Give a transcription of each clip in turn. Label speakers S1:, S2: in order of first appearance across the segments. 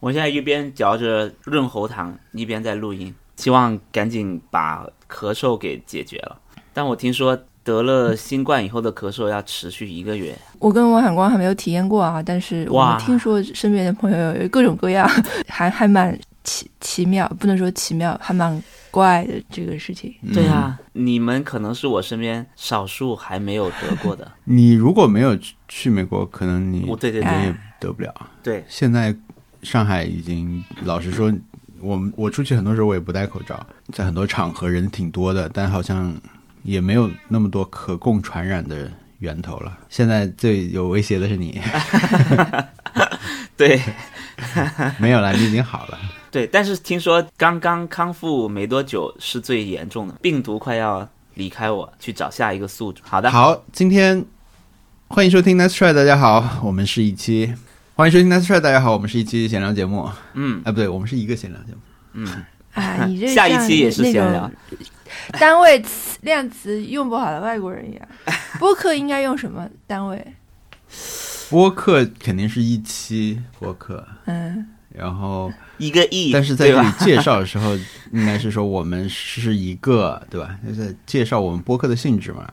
S1: 我现在一边嚼着润喉糖，一边在录音，希望赶紧把咳嗽给解决了。但我听说得了新冠以后的咳嗽要持续一个月，
S2: 我跟王海光还没有体验过啊，但是我
S1: 哇
S2: 们听说身边的朋友有各种各样， 还还蛮奇奇妙，不能说奇妙，还蛮怪的这个事情。
S3: 嗯
S1: 对啊，你们可能是我身边少数还没有得过的。
S3: 你如果没有去去美国，可能 你
S1: 我对对
S3: 你
S1: 对
S2: 哎
S3: 也得不了。
S1: 对，
S3: 现在上海已经，老实说，我们我出去很多时候我也不戴口罩，在很多场合人挺多的，但好像也没有那么多可供传染的源头了。现在最有威胁的 是你，
S1: 对
S3: 没有了，你已经好了。
S1: 对，但是听说刚刚康复没多久是最严重的，病毒快要离开我，去找下一个宿主。好的，
S3: 好，今天欢迎收听 Nice Try，大家好，我们是一期欢迎收听 Nice Try，大家好，我们是一期闲聊节目。
S1: 嗯
S3: 哎，不对，我们是一个闲聊节目。
S2: 啊，你这
S1: 下一期也是
S2: 像
S1: 闲
S2: 那
S1: 聊
S2: 种， 单位词量词用不好的外国人一样。播客应该用什么单位？
S3: 播客肯定是一期播客，
S2: 嗯，
S3: 然后
S1: 一个亿，
S3: 但是在
S1: 对
S3: 这里
S1: 吧？
S3: 介绍的时候，应该是说我们是一个，对吧？ 就是介绍我们播客的性质嘛。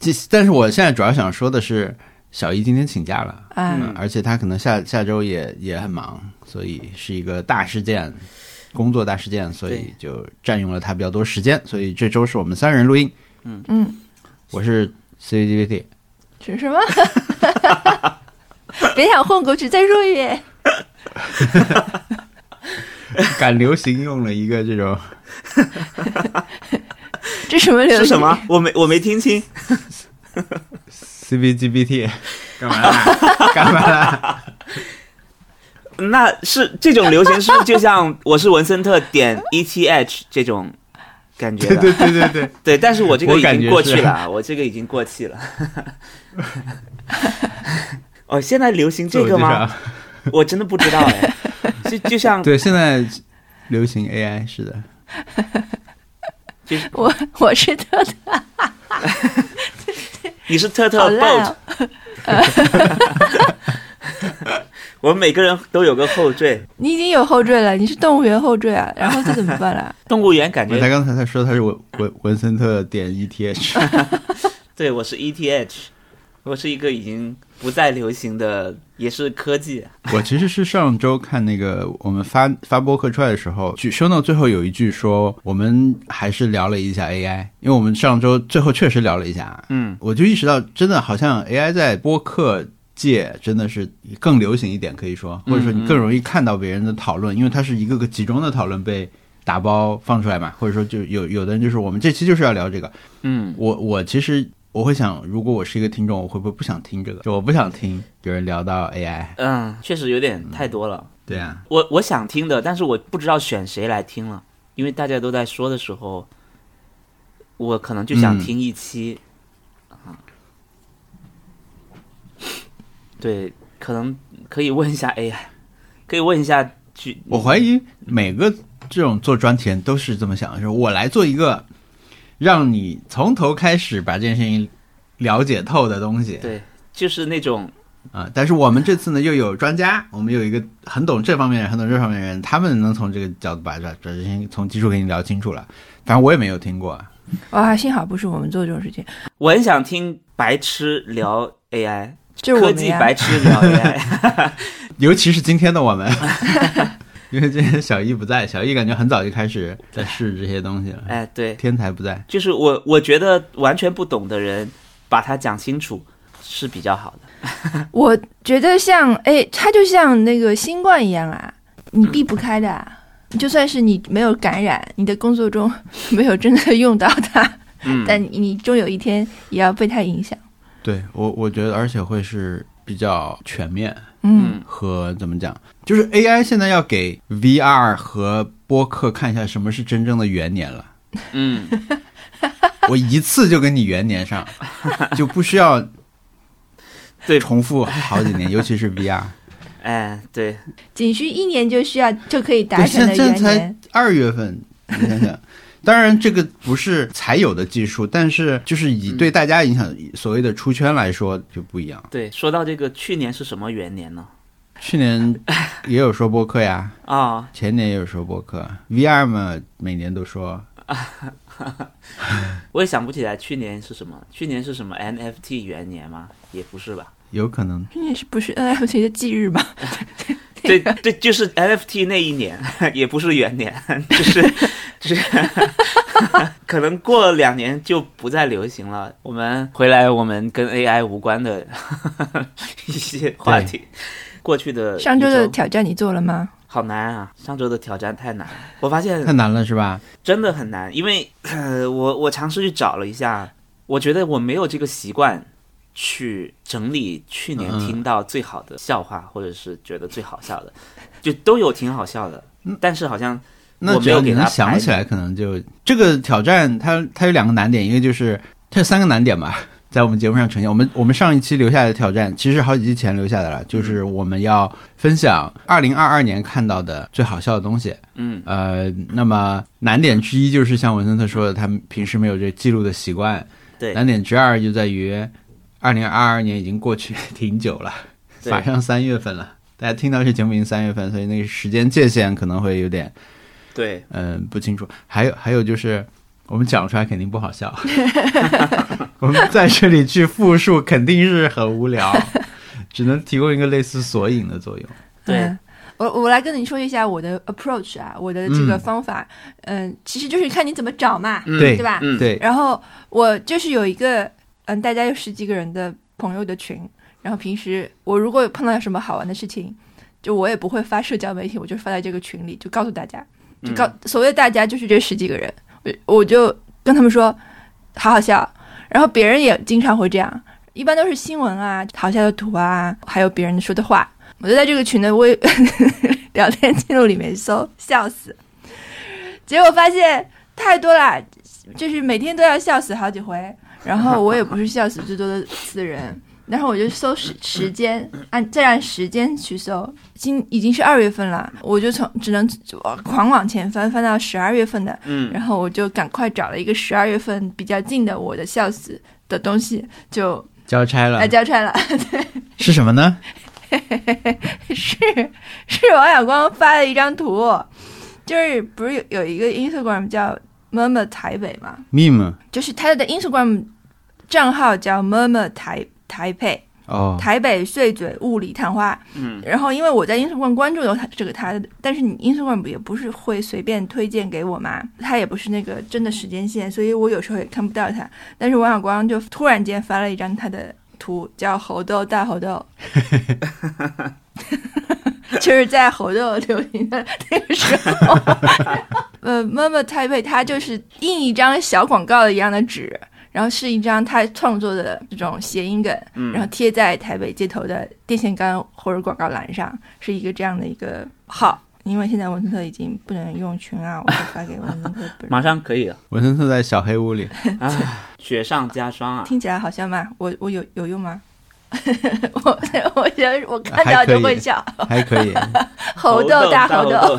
S3: 这但是我现在主要想说的是，小姨今天请假了，
S2: 啊，
S1: 嗯
S3: 而且她可能下下周也也很忙，所以是一个大事件，工作大事件，所以
S1: 对
S3: 就占用了她比较多时间，所以这周是我们三人录音。
S2: 嗯，
S3: 我是 CVGVT，
S2: 是什么？ 别想混过去，再说一遍。
S3: 赶流行用了一个这种
S2: 这什 么流
S1: 嗯是
S2: 行？
S1: 什么？我没我没听清。
S3: CVGVT，干嘛 啦？干嘛啦？
S1: 那是这种流行是不是就像我是文森特点 E T H 这种感觉
S3: 对
S1: 了？
S3: 对对对对。
S1: 对但是我这个
S3: 我
S1: 已
S3: 感觉
S1: 经过去
S3: 是
S1: 了啊，我这个已经过气了。 哦，现在流行这个吗？？我真的不知道哎，就就像
S3: 对，现在流行 AI 是的，
S1: 就是
S2: 我我是特特，
S1: 你是特
S2: 好
S1: 特 b o
S2: 烂
S1: a
S2: 啊
S1: t！我们每个人都有个后缀。
S2: 你已经有后缀了，你是动物园后缀啊，然后这怎么办啊？
S1: 动物园感
S3: 他
S1: 觉
S3: 刚才他说他是文文文森特点 E ETH，
S1: 对我是 E T H，我是一个已经不再流行的，也是科技。
S3: 我其实是上周看那个我们发发播客出来的时候，就 show note 最后有一句说我们还是聊了一下 AI，因为我们上周最后确实聊了一下，啊
S1: 嗯，
S3: 我就意识到真的好像 AI 在播客。界真的是更流行一点，可以说，
S1: 嗯
S3: 或者说你更容易看到别人的讨论，因为它是一个个集中的讨论被打包放出来嘛，或者说就有有的人就是我们这期就是要聊这个，
S1: 嗯，
S3: 我我其实我会想，如果我是一个听众，我会不会不想听这个？就我不想听有人聊到 AI。
S1: 嗯，确实有点太多了。
S3: 对啊，
S1: 我我想听的，但是我不知道选谁来听了，因为大家都在说的时候，我可能就想听一期。啊，对，可能可以问一下 AI，可以问一下剧。
S3: 我怀疑每个这种做专题人都是这么想的，就是我来做一个让你从头开始把这件事情了解透的东西
S1: 对，就是那种
S3: 啊、但是我们这次呢，又有专家，我们有一个很懂这方面人、很懂这方面人，他们能从这个角度把把把这些从基础给你聊清楚了。反正我也没有听过，
S2: 哇，啊幸好不是我们做这种事情，
S1: 我很想听白痴聊 AI，
S2: 就是我
S1: 科
S2: 们
S1: 技
S2: 呀。
S1: 白痴聊 AI。
S3: 尤其是今天的我们，因为今天小易不在，小易感觉很早就开始在试这些东西了。
S1: 哎，对，
S3: 天才不在，
S1: 就是我我觉得完全不懂的人把它讲清楚是比较好的。
S2: 我觉得像哎，它就像那个新冠一样啊，你避不开的、啊。就算是你没有感染，你的工作中 没有真的用到它，
S1: 嗯，
S2: 但你终有一天也要被它影响。嗯
S3: 对我我觉得，而且会是比较全面
S2: 嗯，
S3: 和怎么讲，就是 AI 现在要给 VR 和播客看一下什么是真正的元年了。
S1: 嗯，
S3: 我一次就跟你元年上， 就不需要
S1: 对
S3: 重复好几年，尤其是 VR。
S1: 哎，对，
S2: 仅需一年就需要就可以 达
S3: 对，
S2: 成
S3: 现
S2: 的
S3: 在
S2: 元
S3: 才
S2: 年。
S3: 二月份，你想 想，当然这个不是才有的技术，但是就是以对大家影响、所谓的出圈来说就不一样。
S1: 对，说到这个，去年是什么元年呢？
S3: 去年也有说播客呀，
S1: 啊，
S3: 前年也有说播客，VR 嘛，每年都说，
S1: 我也想不起来去年是什么，去年是什么 NFT 元年吗？也不是吧。
S3: 有可能
S2: 今年是呃不是 NFT 的忌日吧？
S1: 对对，就是 NFT 那一年， 也不是元年，就是就是， 可能过了两年就不再流行了。我们回来，我们跟 AI 无关的 一些话题。过去的
S2: 上周
S1: 呃一
S2: 的挑战你做了吗？
S1: 好难啊，上周的挑战太难了。我发现
S3: 太难了是吧？
S1: 真的很难，因为呃，我我尝试去找了一下，我觉得我没有这个习惯去整理去年
S3: 嗯
S1: 听到最好的笑话，或者是觉得最好笑的，就都有挺好笑的，
S3: 嗯
S1: 但是好像
S3: 那
S1: 我
S3: 只
S1: 没
S3: 要
S1: 有
S3: 你
S1: 给他
S3: 能想起来，可能就这个挑战它，它有两个难点，一个就是它有三个难点吧，在我们节目上呈现。我们我们上一期留下来的挑战，其实好几期前留下来了，
S1: 嗯
S3: 就是我们要分享二零二二年看到的最好笑的东西。
S1: 嗯
S3: 呃，那么难点之一就是像文森特说的，他们平时没有这记录的习惯。
S1: 对
S3: 难点之二就在于二零二二年已经过去 挺久了，
S1: 对
S3: 马上三月份了。大家听到这节目已经三月份，所以那个时间界限可能会有点
S1: 对
S3: 嗯，不清楚。还有还有就是，我们讲出来肯定不好笑， 我们在这里去复述肯定是很无聊， 只能提供一个类似索引的作用。
S1: 对
S2: 嗯我我来跟你说一下我的 approach 啊，我的这个
S3: 嗯
S2: 方法，嗯、其实就是看你怎么找嘛，
S1: 嗯
S3: 对
S2: 对吧？
S1: 嗯
S3: 对，
S2: 然后我就是有一个，嗯，大家有十几个人的朋友的群，然后平时我如果碰到什么好玩的事情，就我也不会发社交媒体，我就发在这个群里，就告诉大家，就告、所谓的大家就是这十几个人，我我就跟他们说，好好笑，然后别人也经常会这样，一般都是新闻啊、好笑的图啊，还有别人说的话，我就在这个群的微 聊天记录里面搜，笑死，结果发现太多啦，就是每天都要笑死好几回。然后我也不是笑死最多的次的人， 然后我就搜时时间，按再按时间去搜，已经已经是二月份了，我就从只能就狂往前翻，翻到十二月份的，
S1: 嗯
S2: 然后我就赶快找了一个十二月份比较近的我的笑死的东西，就
S3: 交差了
S2: 来交差了。
S3: 是什么呢？
S2: 是是王小光发了一张图，就是不是有有一个 Instagram 叫 murmur 台北嘛，
S3: meme
S2: 就是他的 Instagram 账号叫 murmur 台台北，
S3: 哦，
S2: 台北碎嘴雾里探花。
S1: 嗯，
S2: 然后因为我在 Instagram 关注了他这个他，但是你 Instagram 也不是会随便推荐给我嘛，他也不是那个真的时间线，所以我有时候也看不到他。但是王小光就突然间发了一张他的图，叫猴豆大猴豆。就是在猴豆流行的那个时候， 呃，妈妈台北它就是印一张小广告一样的纸，然后是一张他创作的这种谐音梗，然后贴在台北街头的电线杆或者广告栏上，是一个这样的一个号。因为现在文森特已经不能用群啊，我就发给文森特本人。
S1: 马上可以了，
S3: 文森特在小黑屋里，
S1: 雪上加霜啊！
S2: 听起来好笑吗？我我有有用吗？ 我 我觉得我看到
S3: 还可以
S2: 就会笑，
S3: 还可以，
S2: 猴豆大猴豆，，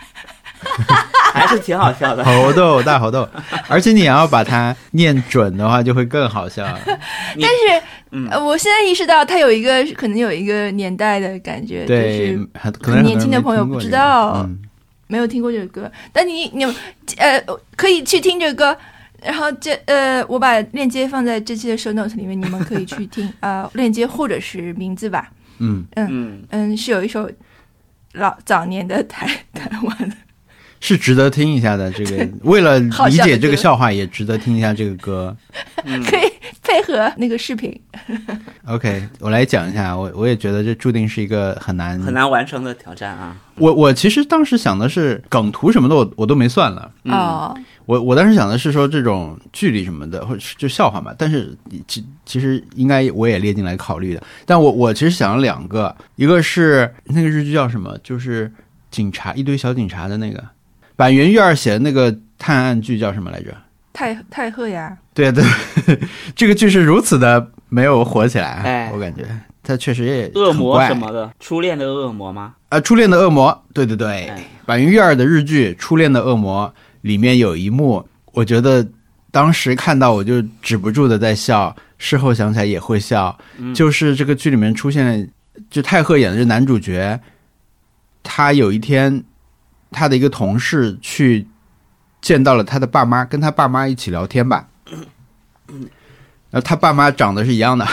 S1: 还是挺好笑的。
S3: 猴豆大猴豆，而且你要把它念准的话，就会更 好笑。
S2: 但是、
S1: 嗯
S2: 呃我现在意识到它有一个可能有一个年代的感觉，
S3: 对
S2: 就是，
S3: 很可能很多人
S2: 年轻的
S3: 没
S2: 朋友
S3: 听过
S2: 不
S3: 这
S2: 知
S3: 个
S2: 道
S3: 嗯
S2: 没有听过这个歌，但你你呃可以去听这个歌，然后这呃我把链接放在这期的 show note 里面，你们可以去听啊、链接或者是名字吧，
S3: 嗯，
S1: 嗯，
S2: 嗯，是有一首老早年的台台湾的，
S3: 是值得听一下的。这 个为了
S2: 好
S3: 理
S2: 笑
S3: 解
S2: 的
S3: 这个
S2: 歌
S3: 笑话，也值得听一下这个歌。
S2: 可以配合那个视频，
S3: OK，我来讲一下，我我也觉得这注定是一个很难
S1: 很。难完成的挑战啊。
S3: 我我其实当时想的是梗图什么的我，我都没算了。
S1: 嗯
S2: 哦，
S3: 我我当时想的是说这种距离什么的，或者是就笑话嘛。但是其其实应该我也列进来考虑的。但我我其实想了两个，一个是那个日剧叫什么，就是警察一堆小警察的那个，板垣瑞二写的那个探案剧叫什么来着？
S2: 太太赫呀，
S3: 对 对，这个剧是如此的没有火起来，啊
S1: 哎
S3: 我感觉它确实也
S1: 恶魔
S3: 嗯很怪
S1: 什么的，初恋的恶魔吗？
S3: 啊，《初恋的恶魔》，对对对
S1: 哎，
S3: 板垣瑞二的日剧《初恋的恶魔》里面有一幕，我觉得当时看到我就止不住的在笑，事后想起来也会笑。就是这个剧里面出现，就太赫演的这男主角，他有一天，他的一个同事去见到了他的爸妈，跟他爸妈一起聊天吧。然后他爸妈长得是一样的，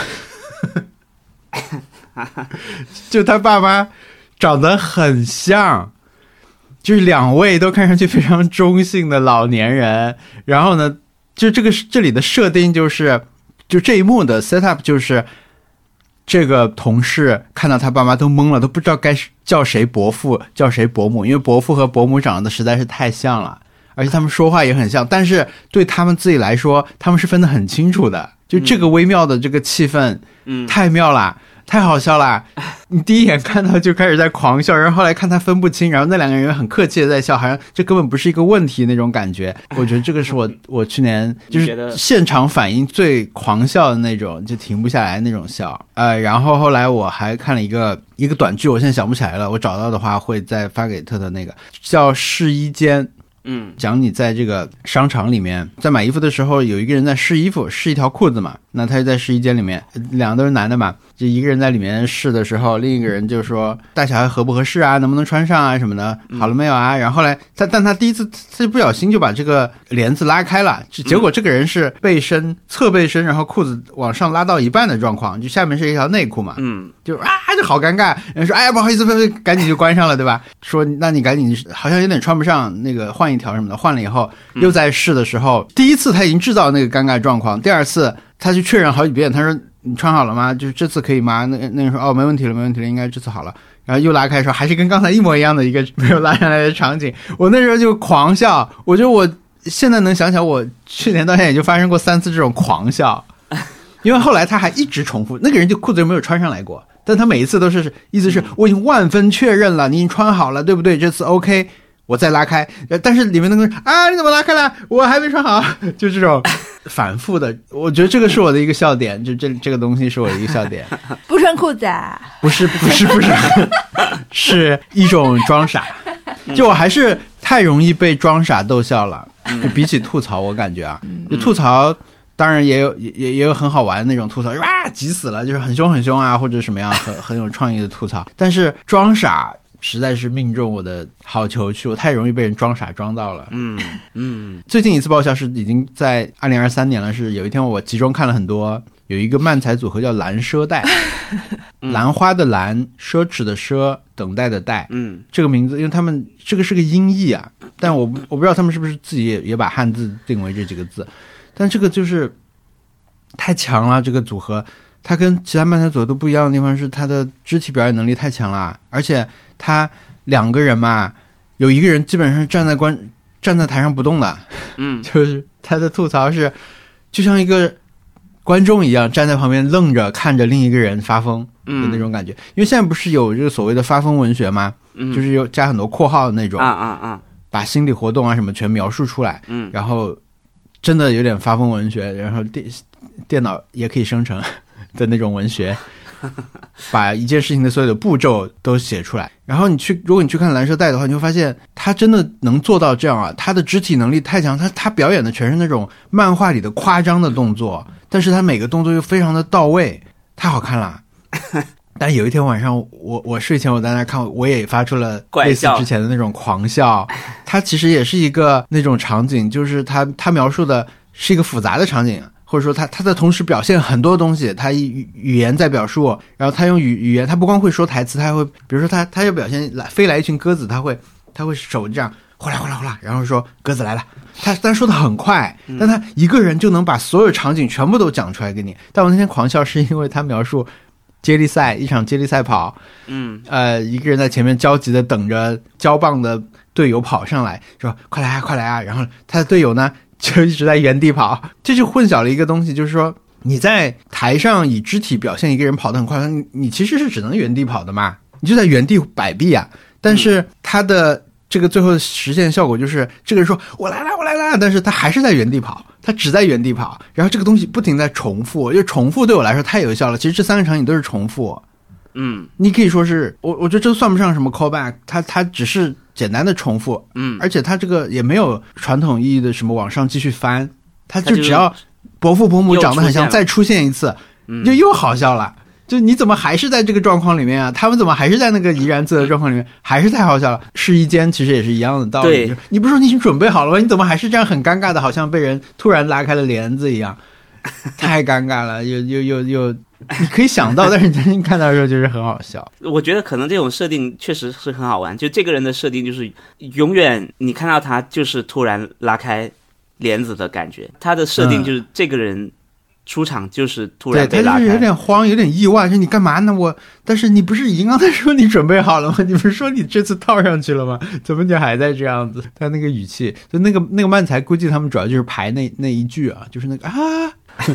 S3: 就他爸妈长得很像，就是两位都看上去非常中性的老年人。然后呢，就这个这里的设定就是，就这一幕的 set up 就是，这个同事看到他爸妈都懵了，都不知道该是叫谁伯父，叫谁伯母，因为伯父和伯母长得实在是太像了，而且他们说话也很像，但是对他们自己来说，他们是分得很清楚的。就这个微妙的这个气氛，
S1: 嗯，
S3: 太妙啦，太好笑啦！你第一眼看到就开始在狂笑，然后后来看他分不清，然后那两个人很客气的在笑，好像这根本不是一个问题那种 感觉。我觉得这个是我我去年就
S1: 你觉得
S3: 是现场反应最狂笑的那种，就停不下来那种笑。呃，然后后来我还看了一个一个短剧，我现在想不起来了，我找到的话会再发给特特那个叫《试衣间》。
S1: 嗯
S3: 讲你在这个商场里面，在买衣服的时候，有一个人在试衣服，试一条裤子嘛，那他就在试衣间里面，两个都是男的嘛，就一个人在里面试的时候，另一个人就说大小还合不合适啊，能不能穿上啊什么的，好了没有啊？然后来他，但他第一次他就不小心就把这个帘子拉开了，这结果这个人是背身侧背身，然后裤子往上拉到一半的状况，就下面是一条内裤嘛，
S1: 嗯
S3: 就啊，就好尴尬。人家说，哎呀，不好意思，不好意思，赶紧就关上了，对吧？说，那你赶紧，好像有点穿不上，那个换一条什么的。换了以后，又在试的时候，第一次他已经制造那个尴尬状况，第二次他去确认好几遍，他说你穿好了吗？就是这次可以吗？那那个人说，哦，没问题了，没问题了，应该这次好了。然后又拉开说，还是跟刚才一模一样的一个 没有拉上来的场景。我那时候就狂笑，我觉得我现在能想想，我去年到现在也就发生过三次这种狂笑。因为后来他还一直重复，那个人就裤子就没有穿上来过，但他每一次都是意思是我已经万分确认了，你已经穿好了，对不对？这次 OK，我再拉开，呃但是里面那个人啊，你怎么拉开了？我还没穿好，就这种反复的，我觉得这个是我的一个笑点，就这这个东西是我的一个笑点，
S2: 不穿裤子啊？
S3: 不是不是不 是，是一种装傻，就我还是太容易被装傻逗笑了，就比起吐槽，我感觉啊，就吐槽。当然也有也也也有很好玩的那种吐槽，哇，急死了，就是很凶很凶啊，或者什么样很很有创意的吐槽。但是装傻实在是命中我的好球区，我太容易被人装傻装到了。
S1: 嗯嗯
S3: 最近一次爆笑是已经在二零二三年了，是有一天我集中看了很多，有一个漫才组合叫蓝奢带，兰花的兰，奢侈的奢，等待的待。
S1: 嗯
S3: 这个名字，因为他们这个是个音译啊，但我不我不知道他们是不是自己也也把汉字定为这几个字，但这个就是太强了，这个组合，它跟其他漫才组合都不一样的地方是它的肢体表演能力太强了，啊而且他两个人嘛，有一个人基本上是站在观站在台上不动的，
S1: 嗯
S3: 就是他的吐槽是，就像一个观众一样站在旁边愣着看着另一个人发疯的
S1: 嗯
S3: 那种感觉。因为现在不是有这个所谓的发疯文学吗？
S1: 嗯，
S3: 就是有加很多括号的那种，
S1: 啊啊啊，
S3: 把心理活动啊什么全描述出来，
S1: 嗯
S3: 然后真的有点发疯文学，然后电电脑也可以生成 的那种 文学，把一件事情的所有的步骤都写出来。然后你去，如果你去看《蓝色带》的话，你会发现他真的能做到这样啊！他的肢体能力太强，他他表演的全是那种漫画里的夸张的动作，但是他每个动作又非常的到位，太好看了。但有一天晚上，我我睡前我在那儿看，我也发出了
S1: 怪
S3: 类似
S1: 笑
S3: 之前的那种狂笑。它其实也是一个那种场景，就是他他描述的是一个复杂的场景，或者说他他在同时表现很多东西，他以语语言在表述，然后他用语语言，他不光会说台词，他还会，比如说他他要表现来飞来一群鸽子，他会他会手这样呼啦呼啦呼啦，然后说鸽子来了。他但说的很快，但他一个人就能把所有场景全部都讲出来给你。但我那天狂笑是因为他描述接力赛一场接力赛跑，
S1: 嗯
S3: 呃，一个人在前面焦急的等着交棒的队友跑上来，说：“快来啊，快来啊！”然后他的队友呢，就一直在原地跑， 这就混淆了一个东西，就是说你在台上以肢体表现一个人跑得很快，你你其实是只能原地跑的嘛，你就在原地摆臂啊。但是他的这个最后实现效果就是，这个人说“我来啦，我来啦”，但是他还是在原地跑，他只在原地跑，然后这个东西不停地在重复，因为重复对我来说太有效了。其实这三个场景都是重复，
S1: 嗯
S3: 你可以说是我，我觉得这算不上什么 callback，它它只是简单的重复，
S1: 嗯，
S3: 而且它这个也没有传统意义的什么往上继续翻，它
S1: 它
S3: 就
S1: 就
S3: 只要伯父伯母长得很
S1: 又出
S3: 像，
S1: 现了
S3: 再出现一次，
S1: 嗯
S3: 就又好笑了。就你怎么还是在这个状况里面啊？他们怎么还是在那个怡然自得的状况里面？还是太好笑了。试衣间其实也是一样的道理，
S1: 对
S3: 就是你不是说你已经准备好了吗？你怎么还是这样很尴尬的，好像被人突然拉开了帘子 一样，太尴尬了。又又又又，你可以想到，但是你看到的时候就是很好笑。
S1: 我觉得可能这种设定确实是很好玩，就这个人的设定就是永远你看到他就是突然拉开帘子的感觉，他的设定
S3: 嗯
S1: 就是这个人出场就是突
S3: 对，
S1: 然
S3: 他
S1: 被拉
S3: 就是有
S1: 开。
S3: 点慌，有点意外，说你干嘛呢？我，但是你不是已经刚才说你准备好了吗？ 你不是说你这次套上去了吗？怎么你还在这样子？他那个语气，就那个那个漫才，估计他们主要就是排那那一句啊，就是那个啊，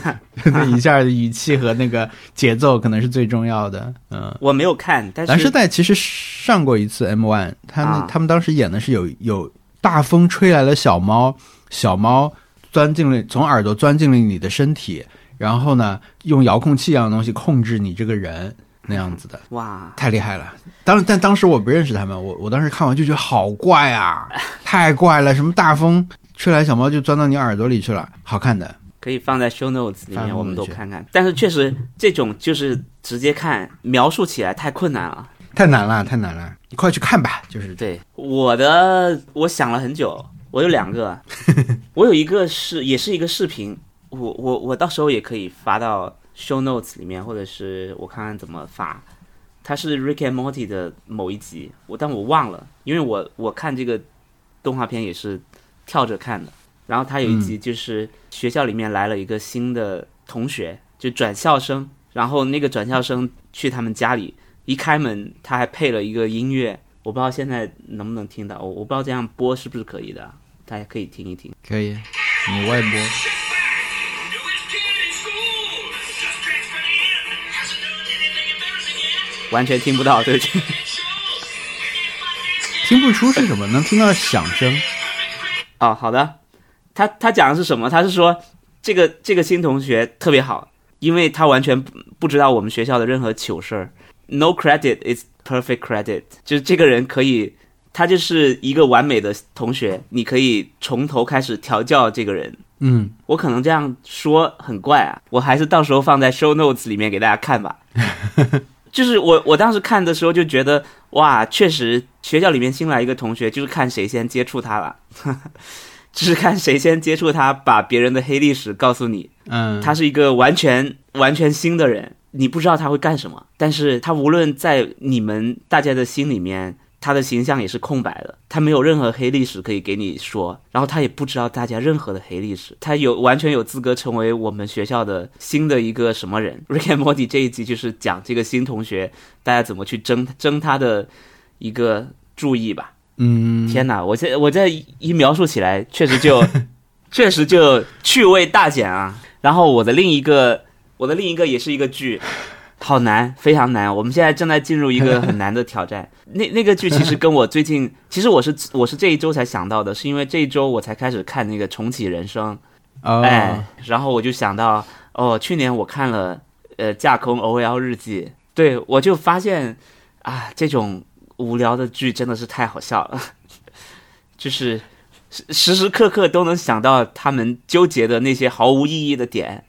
S3: 那一下的语气和那个节奏可能是最重要的。嗯，
S1: 我没有看，但
S3: 蓝
S1: 是
S3: 世代其实上过一次 M One，他们、
S1: 啊
S3: 他们当时演的是有有大风吹来了小猫，小猫钻进了从耳朵钻进了你的身体，然后呢用遥控器一样的东西控制你这个人那样子的，
S1: 哇，
S3: 太厉害了。当但当时我不认识他们，我我当时看完就觉得好怪啊， 太怪了，什么大风吹来小猫就钻到你耳朵里去了，好看的。
S1: 可以放在 show notes 里
S3: 放在
S1: 面，我们都
S3: show notes
S1: 看看。但是确实这种就是直接看描述起来太困难了。
S3: 太难了，太难了！你快去看吧，就是
S1: 对，我的我想了很久，我有两个，我有一个是也是一个视频，我我我到时候也可以发到 show notes 里面，或者是我看看怎么发。它是 Rick and Morty 的某一集，我但我忘了，因为我我看这个动画片也是跳着看的。然后它有一集就是学校里面来了一个新的同学，就转校生，然后那个转校生去他们家里，一开门他还配了一个音乐，我不知道现在能不能听到，我我不知道这样播是不是可以的，大家可以听一听。
S3: 可以。你外播。
S1: 完全听不到，对不起。
S3: 听不出是什么，能听到响声。
S1: 哦，好的。他他讲的是什么？他是说这个这个新同学特别好，因为他完全不不知道我们学校的任何糗事儿。No credit is perfect credit，就是这个人可以，他就是一个完美的同学，你可以从头开始调教这个人。
S3: 嗯，
S1: 我可能这样说很怪啊，我还是到时候放在 show notes 里面给大家看吧。就是我我当时看的时候就觉得，哇，确实学校里面新来一个同学，就是看谁先接触他了， 就是看谁先接触他，把别人的黑历史告诉你。
S3: 嗯，
S1: 他是一个完全完全新的人，你不知道他会干什么，但是他无论在你们大家的心里面，他的形象也是空白的，他没有任何黑历史可以给你说，然后他也不知道大家任何的黑历史，他有完全有资格成为我们学校的新的一个什么人。Rick and Morty 这一集就是讲这个新同学，大家怎么去争争他的一个注意吧。
S3: 嗯，
S1: 天哪，我这我这一描述起来，确实就确实就趣味大减啊。然后我的另一个，我的另一个也是一个剧，好难，非常难。我们现在正在进入一个很难的挑战。那那个剧其实跟我最近，其实我是我是这一周才想到的，是因为这一周我才开始看那个《重启人生》，
S3: 哦，
S1: 哎，然后我就想到，哦，去年我看了呃《架空 OL 日记》，对我就发现啊，这种无聊的剧真的是太好笑了， 就是时时时刻刻都能想到他们纠结的那些毫无意义的点，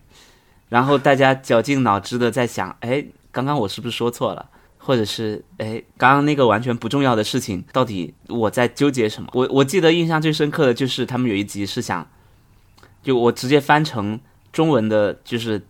S1: 然后大家绞尽脑汁的在想，哎，刚刚我是不是说错了？或者是哎，刚刚那个完全不重要的事情，到底我在纠结什么？我我记得印象最深刻的就是他们有一集是想就我直接翻成中文的，就是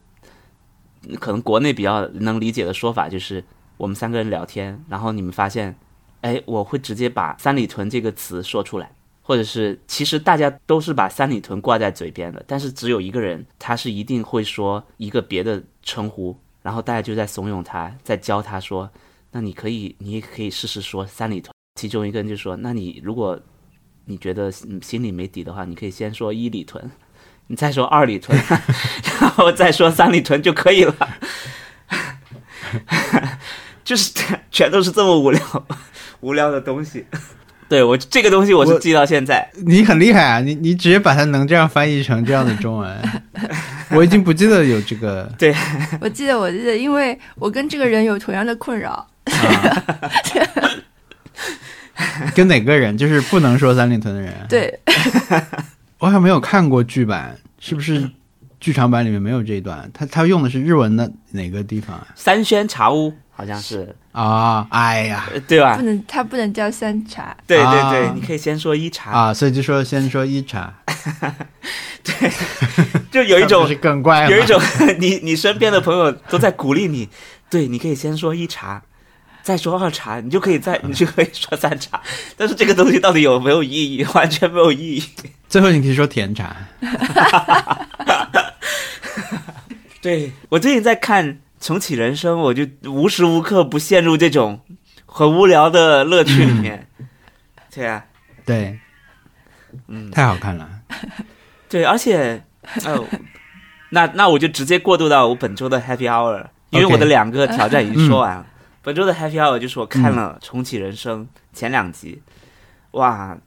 S1: 嗯可能国内比较能理解的说法，就是我们三个人聊天，然后你们发现，哎，我会直接把“三里屯”这个词说出来，或者是其实大家都是把“三里屯”挂在嘴边的，但是只有一个人他是一定会说一个别的称呼，然后大家就在怂恿他，在教他说，那你可以，你也可以试试说三里屯。其中一个人就说，那你如果你觉得嗯心里没底的话，你可以先说一里屯。你再说二里屯， 然后再说三里屯就可以了。 就是全都是这么无聊、无聊的东西。对我这个东西我是
S3: 我
S1: 记到现在，
S3: 你很厉害啊！你你直接把它能这样翻译成这样的中文， 我已经不记得有这个
S2: 我记得，我记得，因为我跟这个人有同样的困扰，
S3: 啊。跟哪个人？就是不能说三里屯的人。，
S2: 对，
S1: 嗯
S3: 我好像没有看过剧版，是不是剧场版里面没有这一段，他他用的是日文的哪个地方啊？
S1: 三轩茶屋好像是，
S3: 啊，哎呀
S1: 呃对吧
S2: 不？能，它不能叫三茶，
S1: 对对
S3: 啊
S1: 对，你可以先说一茶，
S3: 啊，所以就说先说一茶，
S1: 就有一种
S3: 它不是更怪吗
S1: 有一种 你你身边的朋友都在鼓励你，对，你可以先说一茶，再说二茶，你就可以再你就可以说三茶。但是这个东西到底有没有意义？ 完全没有意义。
S3: 最后你可以说甜茶，
S1: 对我最近在看《重启人生》，我就无时无刻不陷入这种很无聊的乐趣里 面。嗯对啊，
S3: 对，
S1: 嗯，
S3: 太好看了。
S1: 对，而且，哦，那那我就直接过渡到我本周的 Happy Hour，因为
S3: OK
S1: 我的两个挑战已经说完了。本周的 Happy Hour 就是我看了《重启人生》前两集，哇，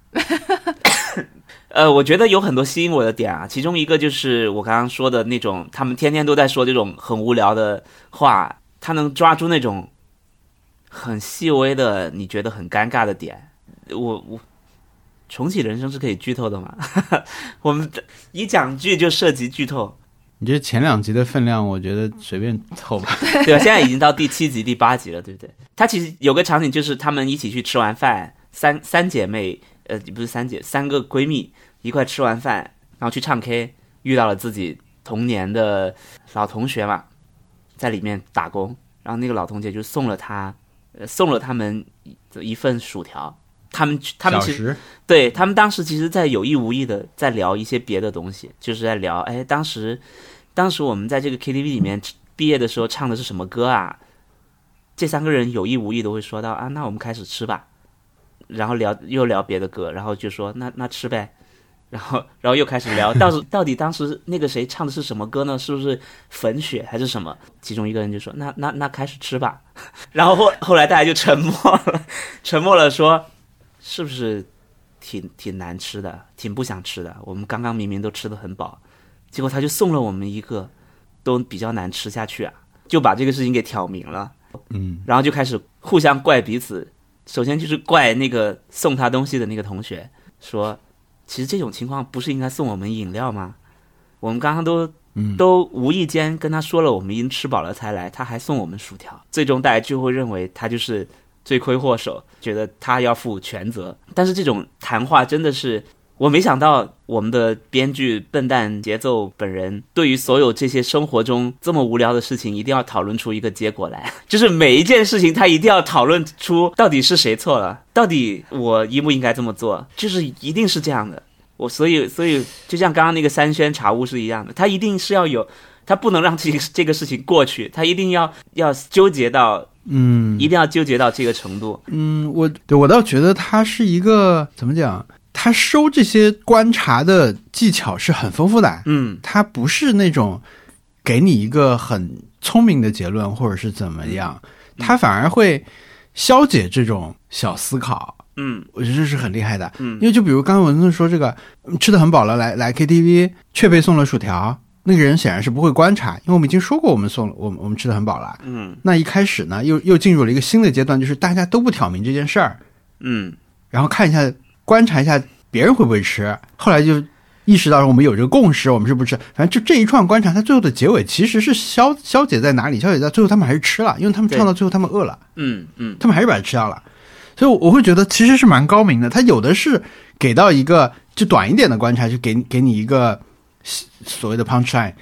S1: 呃，我觉得有很多吸引我的点啊，其中一个就是我刚刚说的那种，他们天天都在说这种很无聊的话，他能抓住那种很细微的你觉得很尴尬的点。我我重启人生是可以剧透的吗？ 我们一讲剧就涉及剧透，
S3: 你这前两集的分量，我觉得随便凑吧。
S1: 对吧？现在已经到第七集、第八集了，对不对？它其实有个场景就是她们一起去吃完饭，三三姐妹，呃，不是三姐，三个闺蜜一块吃完饭，然后去唱 K，遇到了自己童年的老同学嘛，在里面打工，然后那个老同学就送了她，呃，送了他们一一份薯条。他们去，他们
S3: 小
S1: 其实
S3: 时
S1: 对他们当时其实，在有意无意的在聊一些别的东西，就是在聊，哎，当时，当时我们在这个 KTV 里面毕业的时候唱的是什么歌啊？这三个人有意无意的会说到啊，那我们开始吃吧，然后聊又聊别的歌，然后就说那那吃呗，然后然后又开始聊，到时到底当时那个谁唱的是什么歌呢？是不是粉雪还是什么？其中一个人就说那那那开始吃吧， 然后后后来大家就沉默了，沉默了说是不是挺挺难吃的，挺不想吃的。我们刚刚明明都吃的很饱，结果他就送了我们一个都比较难吃下去啊，就把这个事情给挑明了。
S3: 嗯，
S1: 然后就开始互相怪彼此。首先就是怪那个送他东西的那个同学，说其实这种情况不是应该送我们饮料吗？我们刚刚都
S3: 嗯
S1: 都无意间跟他说了，我们已经吃饱了才来，他还送我们薯条。最终大家就会认为他就是罪魁祸首，觉得他要负全责。但是这种谈话真的是。我没想到我们的编剧笨蛋节奏本人对于所有这些生活中这么无聊的事情，一定要讨论出一个结果来。就是每一件事情，他一定要讨论出到底是谁错了，到底我应不应该这么做，就是一定是这样的。我所以所以就像刚刚那个三轩茶屋是一样的，他一定是要有， 他不能让这个这个事情过去，他一定要要纠结到，
S3: 嗯
S1: 一定要纠结到这个程度。
S3: 嗯，我对我倒觉得他是一个怎么讲，他收这些观察的技巧是很丰富的。
S1: 嗯，
S3: 他不是那种给你一个很聪明的结论，或者是怎么样，他反而会消解这种小思考。
S1: 嗯
S3: 我觉得这是很厉害的，
S1: 嗯
S3: 因为就比如刚刚文森说这个，嗯吃的很饱了，来来 KTV 却被送了薯条，那个人显然是不会观察，因为我们已经说过我们送了，我们我们吃的很饱了。
S1: 嗯
S3: 那一开始呢，又又进入了一个新的阶段，就是大家都不挑明这件事儿，
S1: 嗯，
S3: 然后看一下观察一下别人会不会吃，后来就意识到我们有这个共识，我们是不吃。反正就这一串观察，它最后的结尾其实是消消解在哪里？消解在最后他们还是吃了，因为他们
S1: 对
S3: 唱到最后他们饿了，
S1: 嗯嗯
S3: 他们还是把它吃掉了。所以我会觉得其实是蛮高明的，它有的是给到一个就短一点的观察，就给给你一个所谓的 punch line，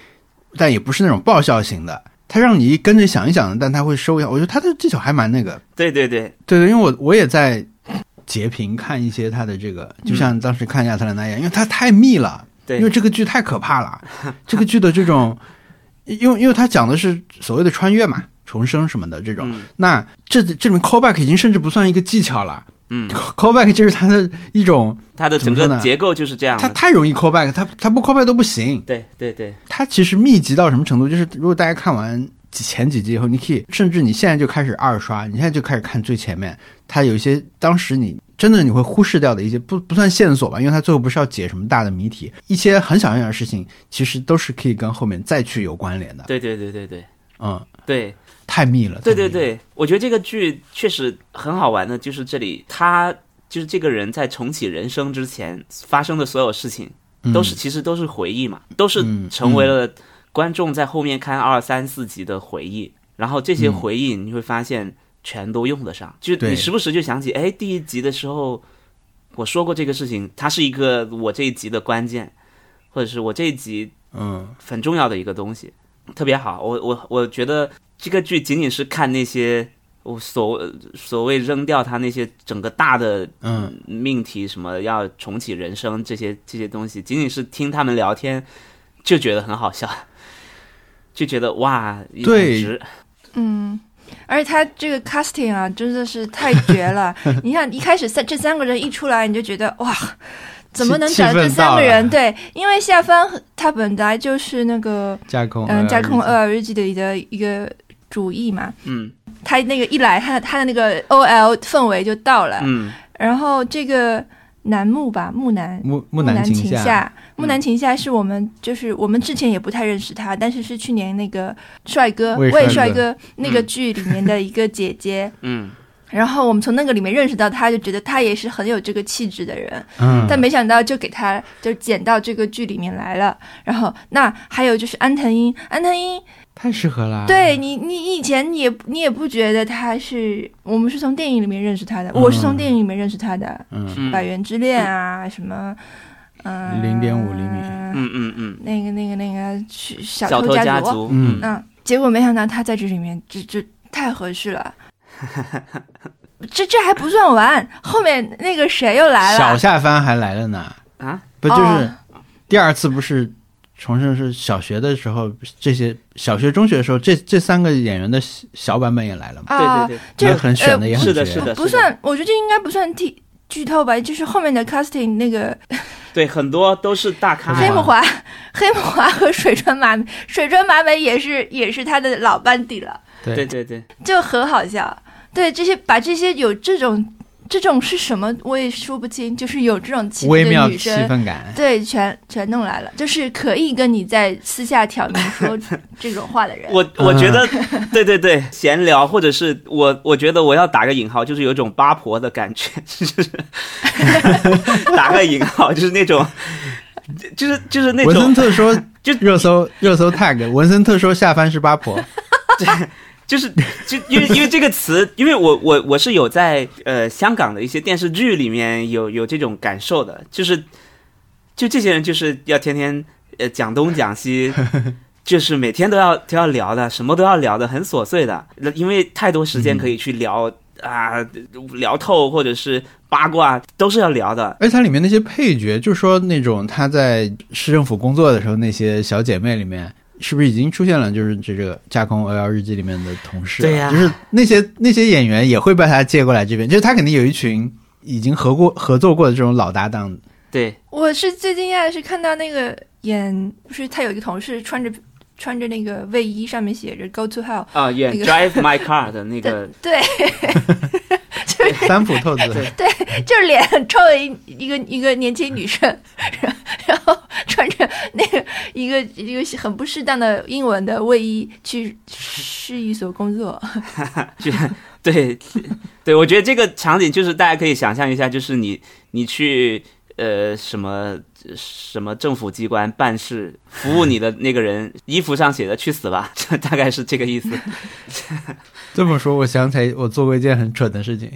S3: 但也不是那种爆笑型的，它让你跟着想一想，但它会收一下。我觉得它的技巧还蛮那个，
S1: 对对对，
S3: 对对，因为我我也在截屏看一些他的这个，就像当时看亚特兰大一样，因为它太密了，
S1: 对
S3: 因为这个剧太可怕了， 这个剧的这种，因为因为它讲的是所谓的穿越嘛、重生什么的这种，
S1: 嗯
S3: 那这这里面 callback 已经甚至不算一个技巧了
S1: 嗯，
S3: ，callback 就是它的一种，
S1: 他的整
S3: 怎么
S1: 个
S3: 说呢
S1: 结构就是这样
S3: 它
S1: 的。
S3: 太容易 callback，它它不 callback 都不行，
S1: 对对对，
S3: 它其实密集到什么程度？就是如果大家看完几前几集以后，你可以甚至你现在就开始二刷，你现在就开始看最前面，它有一些当时你真的你会忽视掉的一些不不算线索吧，因为它最后不是要解什么大的谜题，一些很小很小的事情，其实都是可以跟后面再去有关联的。
S1: 对对对对对
S3: 嗯，
S1: 对，
S3: 太密了。
S1: 对对
S3: 太密了，
S1: 对，我觉得这个剧确实很好玩的，就是这里他就是这个人在重启人生之前发生的所有事情，
S3: 嗯
S1: 都是其实都是回忆嘛，都是成为了观众在后面看二三四集的回忆。然后这些回忆你会发现全都用得上，就
S3: 嗯对
S1: 你时不时就想起，哎，第一集的时候我说过这个事情，它是一个我这一集的关键，或者是我这一集
S3: 嗯
S1: 很重要的一个东西，特别好。我我我觉得这个剧仅仅是看那些我所所谓扔掉它那些整个大的
S3: 嗯
S1: 命题，什么要重启人生这些这些东西，仅仅是听他们聊天就觉得很好笑，就觉得哇，很
S3: 对
S1: 值
S2: 嗯，而且他这个 casting 啊，真的是太绝 了。你看一开始三这三个人一出来，你就觉得哇，怎么能
S3: 气
S2: 找到这
S3: 气氛到
S2: 三
S3: 了
S2: 个人？对，因为夏帆他本来就是那个
S3: 架空
S2: 嗯《架空
S3: 二
S2: 二日记》的一个一个主意嘛，
S1: 嗯
S2: 他那个一来，他他的那个 OL 氛围就到了。
S1: 嗯
S2: 然后这个楠木吧，木楠。
S3: 木木
S2: 木
S3: 南
S2: 晴
S3: 夏，嗯
S2: 木南晴夏是我们就是我们之前也不太认识她，但是是去年那个帅哥
S3: 魏
S2: 魏
S3: 帅
S2: 帅
S3: 哥嗯
S2: 哥那个剧里面的一个姐 姐。
S1: 嗯，
S2: 然后我们从那个里面认识到她，就觉得她也是很有这个气质的人，
S3: 嗯，
S2: 但没想到就给她就剪到这个剧里面来了。然后那还有就是安藤英，安藤英
S3: 太适合啦，
S2: 对你，你以前你也你也不觉得他是，我们是从电影里面认识他的，我是从电影里面认识他的，
S3: 嗯，
S1: 嗯
S2: 百元之恋》啊，什么，呃嗯、
S3: 0.5厘
S2: 米，
S1: 嗯嗯嗯，
S2: 那个那个那个去小
S1: 小
S2: 偷
S1: 偷家
S2: 族，
S1: 族，
S3: 嗯
S2: 嗯，结果没想到他在这里面就就太合 适了，这这还不算完，后面那个谁又来了，
S3: 小下番还来了呢，
S1: 啊，
S3: 不就是
S2: 哦
S3: 第二次不是重生是小学的时候，这些小学中学的时候，这这三个演员的小小版本也来了嘛，
S1: 对
S2: 啊，
S1: 对
S2: 就
S3: 也很选的
S2: 呃
S3: 也很
S1: 是的
S3: 绝
S1: 是的
S2: 不算，我觉得这应该不算剧剧透吧，就是后面的 casting 那个
S1: 对对，很多都是大咖
S3: 黑
S2: 黑
S3: 木
S2: 木华，黑木华和水川麻美，水川麻美也是也是他的老班底了，
S1: 对对对，
S2: 就很好笑。对这些把这些有这种这种是什么我也说不清，就是有这种气质
S3: 微妙
S2: 的女
S3: 气
S2: 生，
S3: 氛感，
S2: 对，全全弄来了，就是可以跟你在私下挑明说这种话的 人。
S1: 我
S3: 嗯
S1: 我觉得，对对对，闲聊或者是我，我觉得我要打个引号，就是有一种八婆的感觉，就是 打个引号，就是那种，就是就是那
S3: 文森
S1: 种，
S3: 特说
S1: 就
S3: 热搜热搜 tag，文森特说下番是八婆，
S1: 就是 就因为因为这个词，因为我我我是有在呃香港的一些电视剧里面有有这种感受的，就是就这些人就是要天天呃讲东讲西。就是每天都要都要聊的，什么都要聊的，很琐碎的，因为太多时间可以去聊、啊，聊透或者是八卦都是要聊的。
S3: 而且它里面那些配角，就说那种她在市政府工作的时候，那些小姐妹里面，是不是已经出现了就是这个《架空 OL 日记》里面的同事啊？
S1: 对呀
S3: 就是那些那些演员也会把她借过来这边，就是她肯定有一群已经合过合作过的这种老搭档。
S1: 对，
S2: 我是最惊讶的是看到那个演，不是他有一个同事穿着穿着那个卫衣，上面写着 “Go to hell”，
S1: 啊、演
S2: 那个
S1: Drive My Car 的那个，
S2: 对，就是
S3: 三浦透子，
S2: 就是脸很臭的一一个一个年轻女生，然后然后穿着那个一个一个很不适当的英文的卫衣去市一所工作，
S1: 就对对，我觉得这个场景就是大家可以想象一下，就是你你去呃什么什么政府机关办事，服务你的那个人衣服上写的“去死吧”， 这大概是这个意思。
S3: 这么说，我想起来我做过一件很蠢 的事情。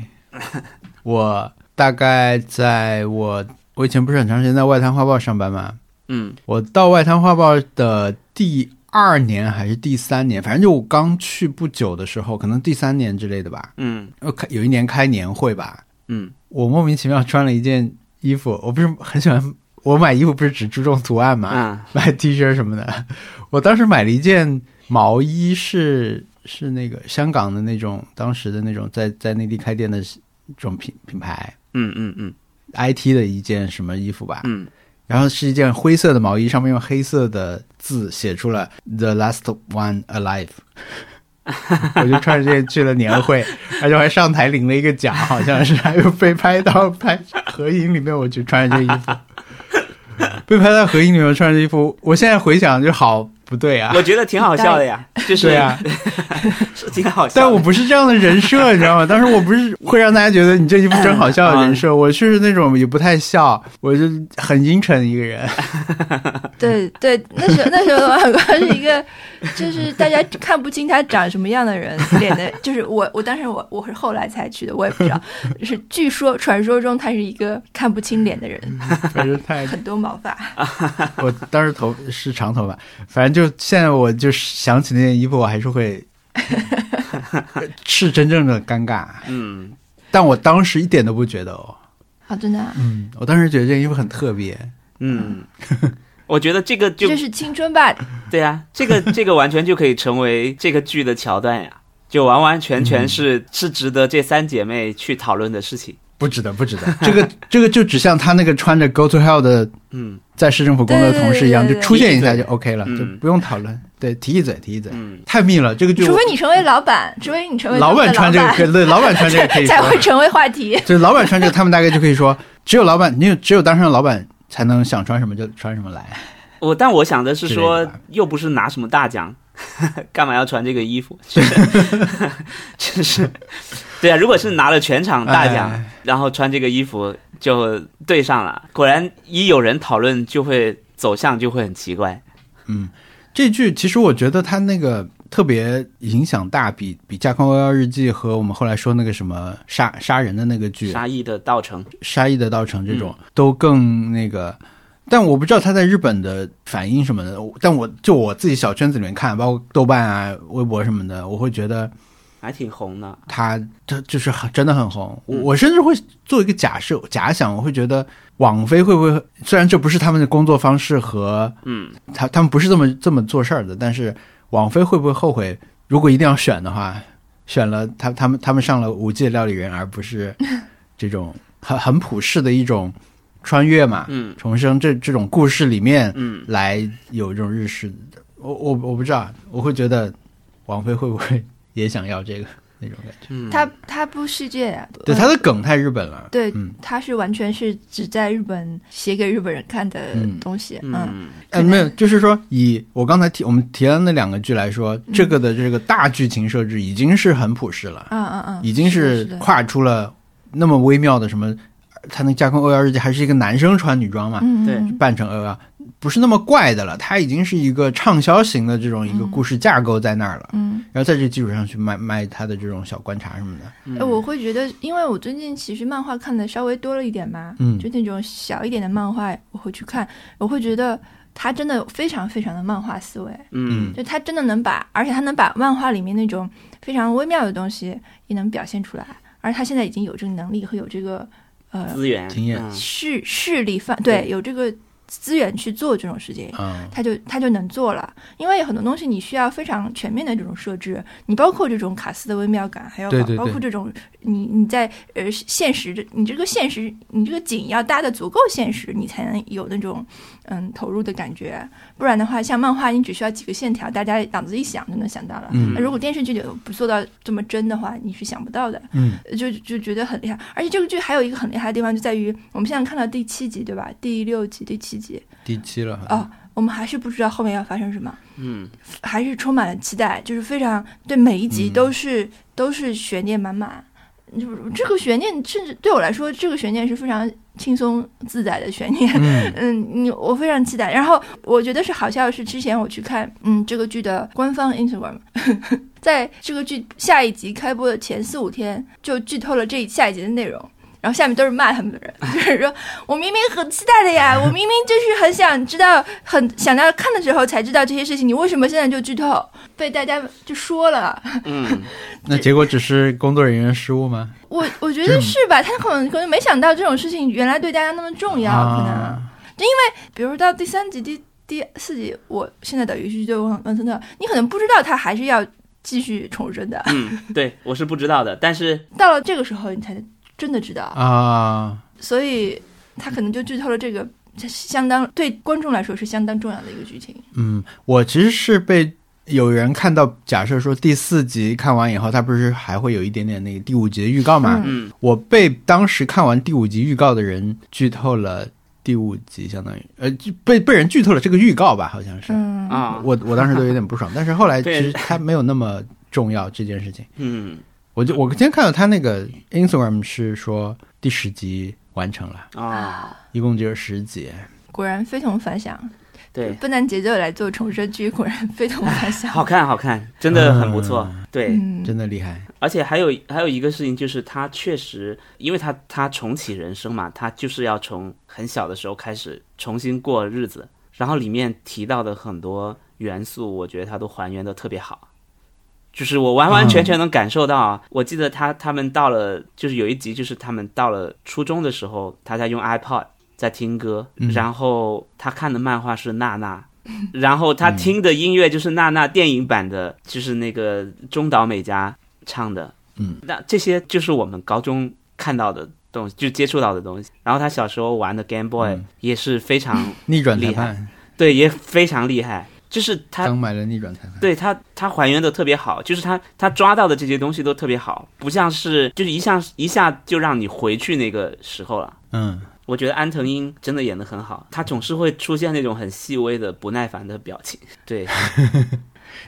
S3: 我大概在我我以前不是很长时间在外滩画报上班嘛，
S1: 嗯
S3: 我到外滩画报的第二年还是第三年，反正就我刚去不久的时候，可能第三年之类的吧。
S1: 嗯
S3: 呃，开有一年开年会吧，
S1: 嗯
S3: 我莫名其妙穿了一件衣服，我不是很喜欢， 我买衣服不是只注重图案嘛，
S1: 啊
S3: 买 T 恤什么的。我当时买了一件毛衣是，是那个香港的那种，当时的那种在在内地开店的这种品品牌
S1: 嗯嗯嗯
S3: IT 的一件什么衣服吧，
S1: 嗯
S3: 然后是一件灰色的毛衣，上面用黑色的字写出了 “The last one alive”。我就穿着这个去了年会，而且我还上台领了一个奖，好像是，还有被拍到拍合影里面，我就穿着这衣服，被拍到合影里面穿着衣服。我现在回想就好不对啊
S1: 我，觉得挺好笑的呀，就是
S3: 对啊，
S1: 是挺好笑的。
S3: 但我不是这样的人设，你知道吗？当时我不是会让大家觉得你这一部真好笑的人设，我是那种也不太笑，我就很阴沉的一个人。
S2: 对对，那时候那时候王小光是一个，就是大家看不清他长什么样的人，脸的，就是我我当时我我是后来才去的，我也不知 道，就是据说传说中他是一个看不清脸的人，
S3: 反正太，
S2: 很多毛发，
S3: 我当时头是长头发，反正就现在我就想起那件衣服，我还是 会是真正的尴尬。
S1: 嗯，
S3: 但我当时一点都不觉得哦，
S2: 啊，真的啊、
S3: 嗯，我当时觉得这件衣服很特别。
S1: 嗯，我觉得这个就
S2: 这是青春吧？
S1: 对呀、这 个这个完全就可以成为这个剧的桥段呀，就完完全
S3: 嗯
S1: 全是、是值得这三姐妹去讨论的事情。
S3: 不值得，不 值得。这个这个就只像他那个穿着 Go to Hell 的
S1: 嗯
S3: 在市政府工作的同事一样，
S2: 对
S3: 就
S2: 对对对
S3: 出现一下就 OK 了，
S1: 嗯
S3: 就不用讨论。对，提一嘴，提一嘴，
S1: 嗯，
S3: 太密了。这个就
S2: 除非你成为老板，除非你成为
S3: 老
S2: 板
S3: 板
S2: 的
S3: 穿这个
S2: 老
S3: 可以，
S2: 板
S3: 对，老板穿这个可 以
S2: 才会
S3: 说，
S2: 成为话题。
S3: 就是老板穿这个，他们大概就可以说，只有老板，你有只有当上老板才能想穿什么就穿什么来。
S1: 我但我想的是
S3: 之
S1: 说
S3: 类的吧，
S1: 又不是拿什么大奖， 干嘛要穿这个衣 服？就是就是，对啊，如果是拿了全场大奖，
S3: 哎
S1: 然后穿这个衣服就对上了，果然一有人讨论就会走向就会很奇怪。
S3: 这剧其实我觉得它那个特别影响大，比比《架空妖妖日记》和我们后来说那个什么杀杀人的那个剧，啊
S1: 沙溢的道成，
S3: 沙溢的道成这种、都更那个，但我不知道他在日本的反应什么的。但我就我自己小圈子里面看，包括豆瓣啊、微博什么的，我会觉得
S1: 还挺红的。
S3: 他他就是很真的很红。我
S1: 嗯
S3: 我甚至会做一个假设、假想，我会觉得网飞会不会？虽然这不是他们的工作方式和
S1: 嗯，
S3: 他他们不是这么这么做事儿的，但是网飞会不会后悔？如果一定要选的话，选了他他们他们上了五 G 的料理人，而 不是这种很很普世的一种穿越嘛，
S1: 嗯
S3: 重生这这种故事里面
S1: 嗯，
S3: 来有一种日式的。我我我不知道，我会觉得王菲会不会也想要这个那种感觉？
S1: 嗯
S2: 他他不世界啊，
S3: 对，
S2: 嗯
S3: 他的梗太日本了。
S2: 对
S3: 嗯，
S2: 他是完全是只在日本写给日本人看的
S3: 嗯
S2: 东西，嗯，
S1: 嗯
S3: 呃，没有，就是说，以我刚才提我们提到那两个剧来说，这个的这个大剧情设置已经是很普世了。
S2: 嗯嗯嗯，
S3: 已经
S2: 是
S3: 是
S2: 的是的
S3: 跨出了那么微妙的什么，他那架空欧妖日记还是一个男生穿女装嘛，
S2: 嗯，
S1: 对
S2: 嗯
S3: 扮成欧妖，不是那么怪的了，他已经是一个畅销型的这种一个
S2: 嗯
S3: 故事架构在那儿了，
S2: 嗯，
S3: 然后在这基础上去卖卖他的这种小观察什么的，
S1: 嗯
S2: 哎我会觉得，因为我最近其实漫画看的稍微多了一点嘛，
S3: 嗯
S2: 就那种小一点的漫画，我会去看，我会觉得他真的非常非常的漫画思维，
S1: 嗯
S2: 就他真的能把，而且他能把漫画里面那种非常微妙的东西也能表现出来，而他现在已经有这个能力和有这个呃
S1: 资源
S3: 经验
S1: 嗯
S2: 势势力范，
S1: 对
S2: 对，有这个资源去做这种事情。
S3: 嗯
S2: 他就他就能做了，因为有很多东西你需要非常全面的这种设置，你包括这种卡斯的微妙感，还有
S3: 对
S2: 包
S3: 对对
S2: 包括这种你你在呃现实的，你这个现实，你这个景要搭的足够现实，你才能有那种嗯投入的感觉，不然的话，像漫画你只需要几个线条，大家脑子一想就能想到了。
S3: 嗯
S2: 那如果电视剧里不做到这么真的话，你是想不到的。
S3: 嗯
S2: 就就觉得很厉害。而且这个剧还有一个很厉害的地方，就在于我们现在看到第七集，对吧？第六集、第七集，
S3: 第七了哈，
S2: 哦，我们还是不知道后面要发生什么，
S1: 嗯
S2: 还是充满了期待，就是非常对每一集
S3: 嗯
S2: 都是、都是悬念满满。就是这个悬念，甚至对我来说，这个悬念是非常轻松自在的悬念。
S3: 嗯
S2: 嗯，你我非常期待。然后我觉得是好笑的是，之前我去看嗯这个剧的官方 Instagram，在这个剧下一集开播的前四五天就剧透了这一下一集的内容。然后下面都是骂他们的人， 就是说我明明很期待的呀，我明明就是很想知道，很想要看的时候才知道这些事情，你为什么现在就剧透？被大家就说了，
S1: 嗯，
S3: 那结果只是工作人员失误吗？
S2: 我我觉得是吧？他可能可能没想到这种事情原来对大家那么重要，可能。
S3: 啊，
S2: 比如到第三集、第第四集，我现在等于是对文文森特，你可能不知道他还是要继续重生的，
S1: 嗯，对，我是不知道的，但是
S2: 到了这个时候你才真的知道，
S3: 啊，
S2: 所以他可能就剧透了这个相当对观众来说是相当重要的一个剧情。
S3: 嗯，我其实是被有人看到，假设说第四集看完以后，他不是还会有一点点那个第五集的预告嘛？
S2: 嗯
S1: 嗯
S3: 我被当时看完第五集预告的人剧透了第五集相当于呃就被被人剧透了这个预告吧，好像是。
S2: 嗯，
S1: 啊，
S3: 我我当时都有点不爽，但是后来其
S1: 对
S3: 实它没有那么重要这件事情。
S1: 嗯
S3: 我就我今天看到他那个 Instagram 是说第十集完成了，
S1: 啊，
S3: 一共只有十集，
S2: 果然非同凡响。
S1: 对，
S2: 笨蛋节奏来做重生剧，果然非同凡响。
S1: 好看好看，真的很不错。对，
S2: 嗯，
S3: 真的厉害。
S1: 而且还有还有一个事情就是，他确实，因为他他重启人生嘛，他就是要从很小的时候开始重新过日子。然后里面提到的很多元素，我觉得他都还原的特别好，就是我完完全全能感受到啊。我记得他他们到了，就是有一集，就是他们到了初中的时候，他在用 iPod 在听歌，然后他看的漫画是娜娜。然后他听的音乐就是娜娜电影版的，就是那个中岛美嘉唱的，
S3: 嗯，
S1: 那这些就是我们高中看到的东西，就接触到的东西。然后他小时候玩的 Game Boy
S3: 嗯
S1: 也是非常、
S3: 逆转裁判，
S1: 对，也非常厉害，就是他
S3: 刚买了逆转裁判，
S1: 啊对他他还原的特别好，就是他他抓到的这些东西都特别好，不像是就是一下一下就让你回去那个时候了。
S3: 嗯，
S1: 我觉得安藤英真的演得很好，她总是会出现那种很细微的不耐烦的表情，对，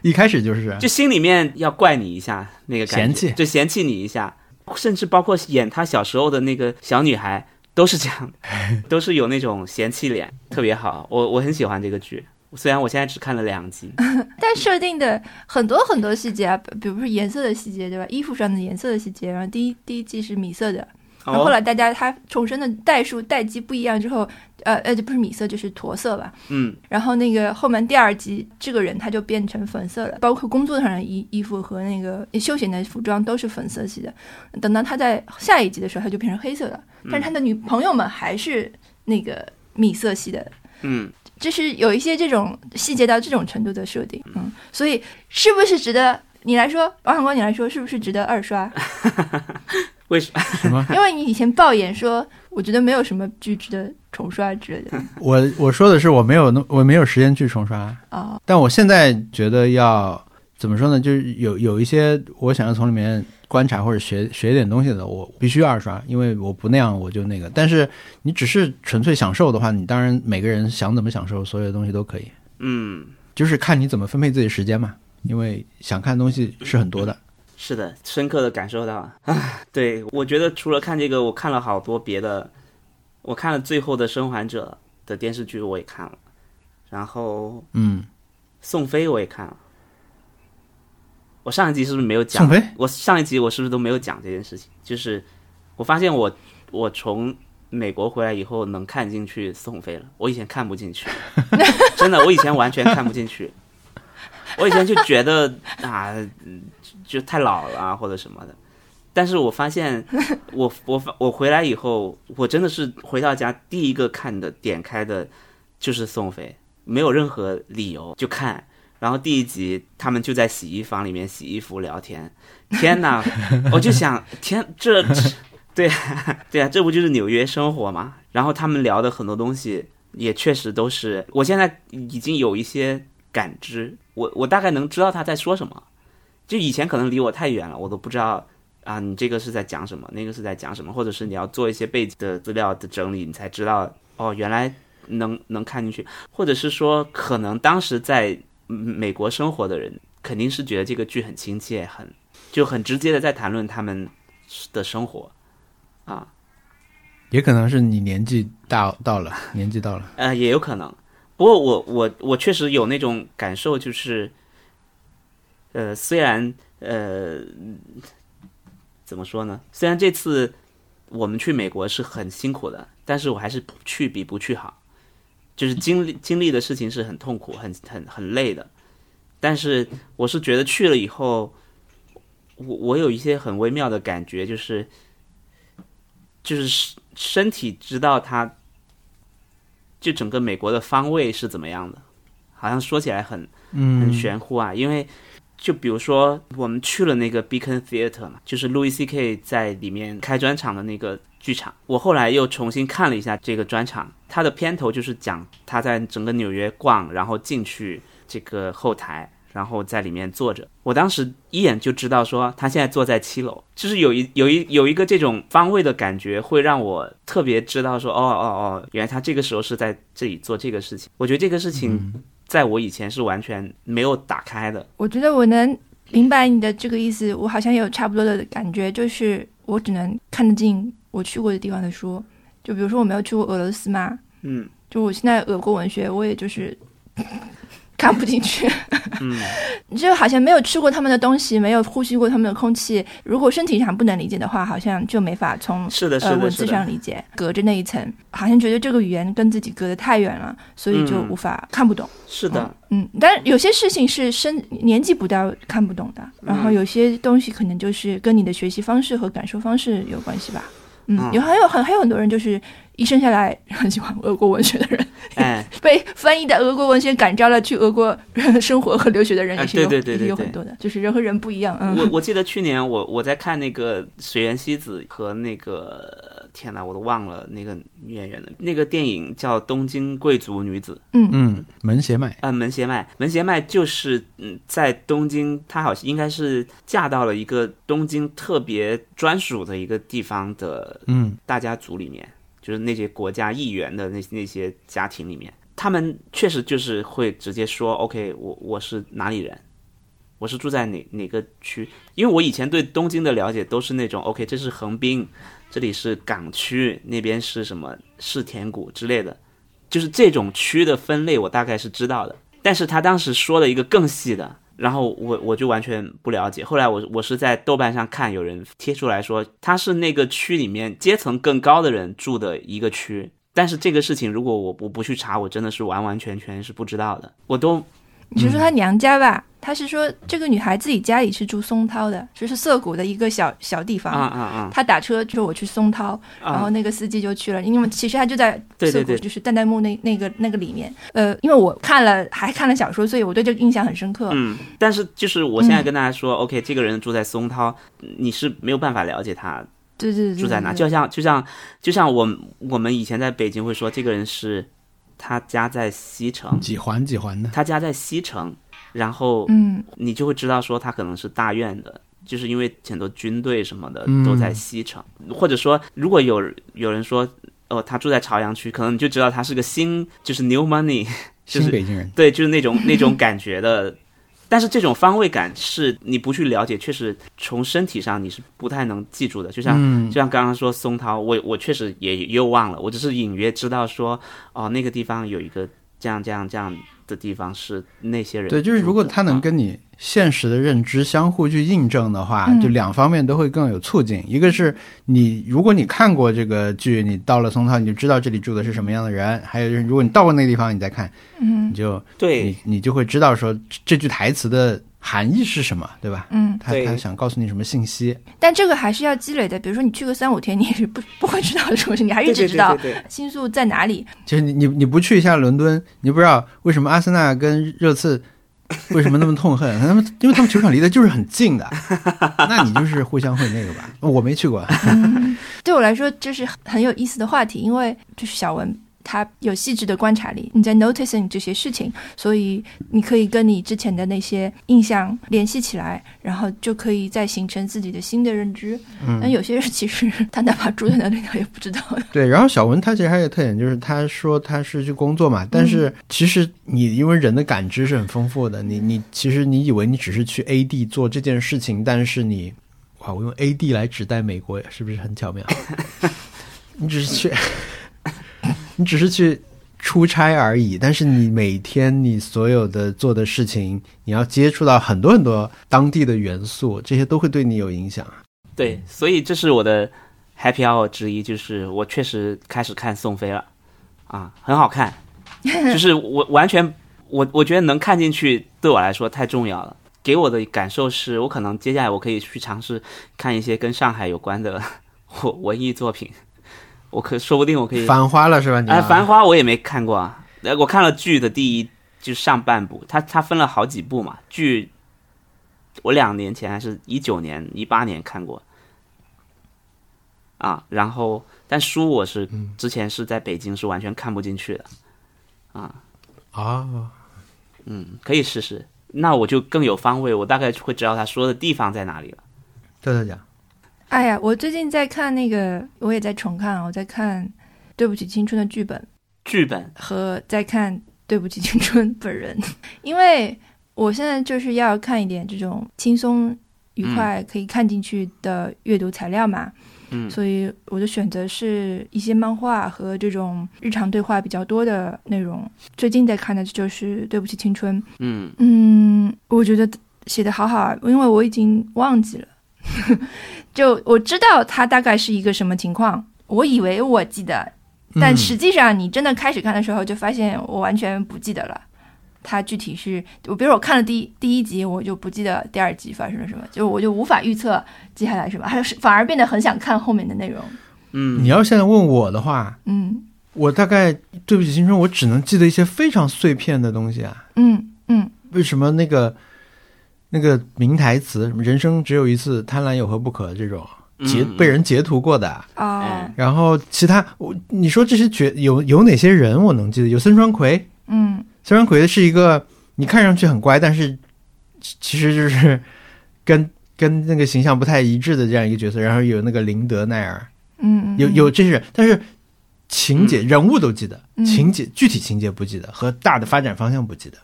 S3: 一开始就是
S1: 就心里面要怪你一下那个感觉，
S3: 嫌弃
S1: 就嫌弃你一下，甚至包括演她小时候的那个小女孩都是这样的， 都是有那种嫌弃脸，特别好，我我很喜欢这个剧，虽然我现在只看了两集，
S2: 但设定的很多很多细节啊，比如说颜色的细节，对吧？衣服上的颜色的细节，然后第一第一季是米色的，
S1: 哦
S2: 然后后来大家他重生的代数代机不一样之后，呃呃，不是米色就是驼色吧。
S1: 嗯，
S2: 然后那个后面第二集，这个人他就变成粉色了，包括工作上的衣衣服和那个休闲的服装都是粉色系的。等到他在下一集的时候，他就变成黑色了，但是他的女朋友们还是那个米色系的。
S1: 嗯，
S2: 就是有一些这种细节到这种程度的设定，嗯，所以是不是值得你来说，王小光你来说是不是值得二刷？
S1: 为什么？
S3: 什么？
S2: 因为你以前抱怨说，我觉得没有什么剧值得重刷之类 的。
S3: 我我说的是我没有那我没有时间去重刷，
S2: 哦，
S3: 但我现在觉得要怎么说呢？就是有有一些我想要从里面观察或者学学一点东西的，我必须二刷，因为我不那样我就那个。但是你只是纯粹享受的话，你当然每个人想怎么享受，所有的东西都可以，
S1: 嗯，
S3: 就是看你怎么分配自己时间嘛。因为想看的东西是很多的，
S1: 是的，深刻的感受到啊， 对我觉得除了看这个，我看了好多别的，我看了《最后的生还者》的电视剧我也看了，然后
S3: 嗯，
S1: 宋飞我也看了。我上一集是不是没有讲？
S3: 宋飞
S1: 我上一集我是不是都没有讲这件事情？就是我发现我我从美国回来以后能看进去宋飞了，我以前看不进去， 真的，我以前完全看不进去。我以前就觉得啊，嗯就就太老了啊，或者什么的。但是我发现我，我我回来以后，我真的是回到家第一个看的点开的，就是宋飞，没有任何理由就看。然后第一集他们就在洗衣房里面洗衣服聊天，天哪！我就想，天，这， 这对啊， 对啊，这不就是纽约生活吗？然后他们聊的很多东西也确实都是，我现在已经有一些感知，我我大概能知道他在说什么。就以前可能离我太远了，我都不知道啊，你这个是在讲什么，那个是在讲什么，或者是你要做一些背景的资料的整理，你才知道哦，原来能能看进去，或者是说，可能当时在嗯美国生活的人肯定是觉得这个剧很亲切，很就很直接的在谈论他们的生活啊，
S3: 也可能是你年纪大到了， 年纪到了，
S1: 呃，也有可能。不过我我我确实有那种感受，就是，呃，虽然呃，怎么说呢？虽然这次我们去美国是很辛苦的，但是我还是去比不去好，就是经历经历的事情是很痛苦、很很很累的。但是我是觉得去了以后，我我有一些很微妙的感觉，就是就是身身体知道它就整个美国的方位是怎么样的？好像说起来很很
S3: 嗯，
S1: 玄乎啊，因为就比如说我们去了那个 Beacon Theater 嘛，就是 Louis C.K. 在里面开专场的那个剧场。我后来又重新看了一下这个专场，它的片头就是讲他在整个纽约逛，然后进去这个后台，然后在里面坐着。我当时一眼就知道说他现在坐在七楼，就是有一有一有一个这种方位的感觉，会让我特别知道说，哦哦哦，原来他这个时候是在这里做这个事情。我觉得这个事情
S2: 嗯
S1: 在我以前是完全没有打开的。
S2: 我觉得我能明白你的这个意思，我好像也有差不多的感觉，就是我只能看得进我去过的地方的书，就比如说我没有去过俄罗斯嘛，
S1: 嗯
S2: 就我现在俄国文学，我也就是 看不进去，
S1: 嗯，
S2: 就好像没有吃过他们的东西，没有呼吸过他们的空气。如果身体上不能理解的话，好像就没法从
S1: 是的，是
S2: 呃文
S1: 的，
S2: 字
S1: 是
S2: 上
S1: 的。
S2: 理解，隔着那一层，好像觉得这个语言跟自己隔得太远了，所以就
S1: 嗯
S2: 无法看不懂。
S1: 是的，
S2: 嗯，但有些事情是生年纪不到看不懂的，
S1: 嗯
S2: 然后有些东西可能就是跟你的学习方式和感受方式有关系吧。嗯
S1: 嗯，
S2: 有还有很还有很多人就是一生下来很喜欢俄国文学的人，
S1: 哎，
S2: 被翻译的俄国文学感召了去俄国生活和留学的人
S1: 啊
S2: 也是有、
S1: 对对对对
S2: 也是有
S1: 对
S2: 很多的，就是人和人不一样。 嗯，
S1: 我我记得去年我我在看那个水原希子和那个天哪，我都忘了那个女演员的那个电影叫《东京贵族女子》
S3: 嗯，门胁麦，
S1: 啊、门胁麦，门胁麦就是嗯，在东京，她好像应该是嫁到了一个东京特别专属的一个地方的
S3: 嗯
S1: 大家族里面，就是那些国家议员的那那些家庭里面，他们确实就是会直接说，OK，我我是哪里人，我是住在哪哪个区，因为我以前对东京的了解都是那种，OK，这是横滨，这里是港区，那边是什么世田谷之类的，就是这种区的分类我大概是知道的，但是他当时说了一个更细的。然后我我就完全不了解。后来我我是在豆瓣上看有人贴出来说，他是那个区里面阶层更高的人住的一个区。但是这个事情，如果我我不去查，我真的是完完全全是不知道的。我都
S2: 你是说
S1: 嗯
S2: 她娘家吧？她是说这个女孩自己家里是住松涛的，就是涩谷的一个小小地方。
S1: 啊啊啊
S2: 她打车就是我去松涛，嗯然后
S1: 啊！
S2: 那个司机就去了，因为其实他就在
S1: 对
S2: 涩
S1: 对
S2: 谷，
S1: 对
S2: 就是弹弹幕那那个那个里面。呃，因为我看了还看了小说，所以我对这个印象很深刻。
S1: 嗯，但是就是我现在跟大家
S2: 嗯
S1: 说、o k 这个人住在松涛，你是没有办法了解他
S2: 对对对对，
S1: 住在哪，
S2: 对
S1: 就像就像就像我们我们以前在北京会说，这个人是他家在西城，
S3: 几环几环的，
S1: 他家在西城，然后
S2: 嗯，
S1: 你就会知道说他可能是大院的，就是因为很多军队什么的
S3: 嗯
S1: 都在西城，或者说如果有有人说哦他住在朝阳区，可能你就知道他是个新就是 new money，就是
S3: 新北京人，
S1: 对，就是那种那种感觉的。但是这种方位感是你不去了解，确实从身体上你是不太能记住的。就像、
S3: 嗯
S1: 就像刚刚说松涛，我我确实也又忘了，我只是隐约知道说哦那个地方有一个这样这样这样的地方是那些人住的。啊
S3: 对，就是如果他能跟你现实的认知相互去印证的话，
S2: 嗯
S3: 就两方面都会更有促进。一个是你如果你看过这个剧，你到了松涛，你就知道这里住的是什么样的人；还有就是如果你到过那个地方，你再看，
S2: 嗯
S3: 你就
S1: 对
S3: 你你就会知道说这这句台词的含义是什么，对吧？
S2: 嗯，
S3: 他
S1: 对
S3: 他想告诉你什么信息？
S2: 但这个还是要积累的。比如说你去个三五天，你也是不不会知道的东西，你还是只知道
S1: 对对对对
S2: 新宿在哪里。
S3: 就是你你你不去一下伦敦，你不知道为什么阿森纳跟热刺 为什么那么痛恨他们，因为他们球场离得就是很近的。那你就是互相会那个吧？我没去过，
S2: 对我来说，这是很有意思的话题，因为就是小文他有细致的观察力，你在 noticing 这些事情，所以你可以跟你之前的那些印象联系起来，然后就可以再形成自己的新的认知。
S3: 嗯
S2: 但有些人其实 他哪怕住在哪里，他也不知道的。
S3: 对，然后小文他其实还有个特点，就是他说他是去工作嘛，但是其实你因为人的感知是很丰富的，你你其实你以为你只是去 A D 做这件事情，但是你哇，我用 A D 来指代美国是不是很巧妙？你只是去，你只是去出差而已，但是你每天你所有的做的事情，你要接触到很多很多当地的元素，这些都会对你有影响。
S1: 对，所以这是我的 happy hour 之一，就是我确实开始看宋飞了，啊，很好看，就是我完全我我觉得能看进去对我来说太重要了。给我的感受是我可能接下来我可以去尝试看一些跟上海有关的 文文艺作品，我可说不定我可以
S3: 繁花了是吧？你啊
S1: 哎，
S3: 要
S1: 《繁花》我也没看过啊，呃我看了剧的第一就上半部，它它分了好几部嘛。剧我两年前还是一九年、一八年看过啊，然后但书我是
S3: 嗯
S1: 之前是在北京是完全看不进去的，
S3: 啊。
S1: 嗯，可以试试。那我就更有方位，我大概会知道他说的地方在哪里了。
S4: 豆豆讲，
S2: 哎呀，我最近在看那个，我也在重看啊，我在看《对不起青春》的剧本
S1: 剧本
S2: 和在看《对不起青春》 本人，因为我现在就是要看一点这种轻松愉快可以看进去的阅读材料嘛，
S1: 嗯
S2: 所以我的选择是一些漫画和这种日常对话比较多的内容。最近在看的就是《对不起青春》，
S1: 嗯
S2: 嗯，我觉得写的好好啊，因为我已经忘记了， 就我知道他大概是一个什么情况，我以为我记得，
S3: 嗯
S2: 但实际上你真的开始看的时候，就发现我完全不记得了。他具体是我，比如我看了第一第一集，我就不记得第二集发生了什么，就是我就无法预测接下来什么，还是反而变得很想看后面的内容。
S1: 嗯，
S3: 你要现在问我的话，
S2: 嗯
S3: 我大概对不起青春，我只能记得一些非常碎片的东西啊。
S2: 嗯嗯
S3: 为什么那个那个名台词，什么人生只有一次，贪婪有何不可这种截、
S1: 嗯
S3: 被人截图过的啊，
S2: 啊
S1: 哎
S3: 然后其他我你说这些角有有哪些人我能记得？有森川葵，
S2: 嗯
S3: 森川葵是一个你看上去很乖，但是其其实就是跟跟那个形象不太一致的这样一个角色。然后有那个林德奈尔，
S2: 嗯嗯
S3: 有有这些人，但是情节、人物都记得，
S2: 嗯
S3: 情节具体情节不记得，和大的发展方向不记得，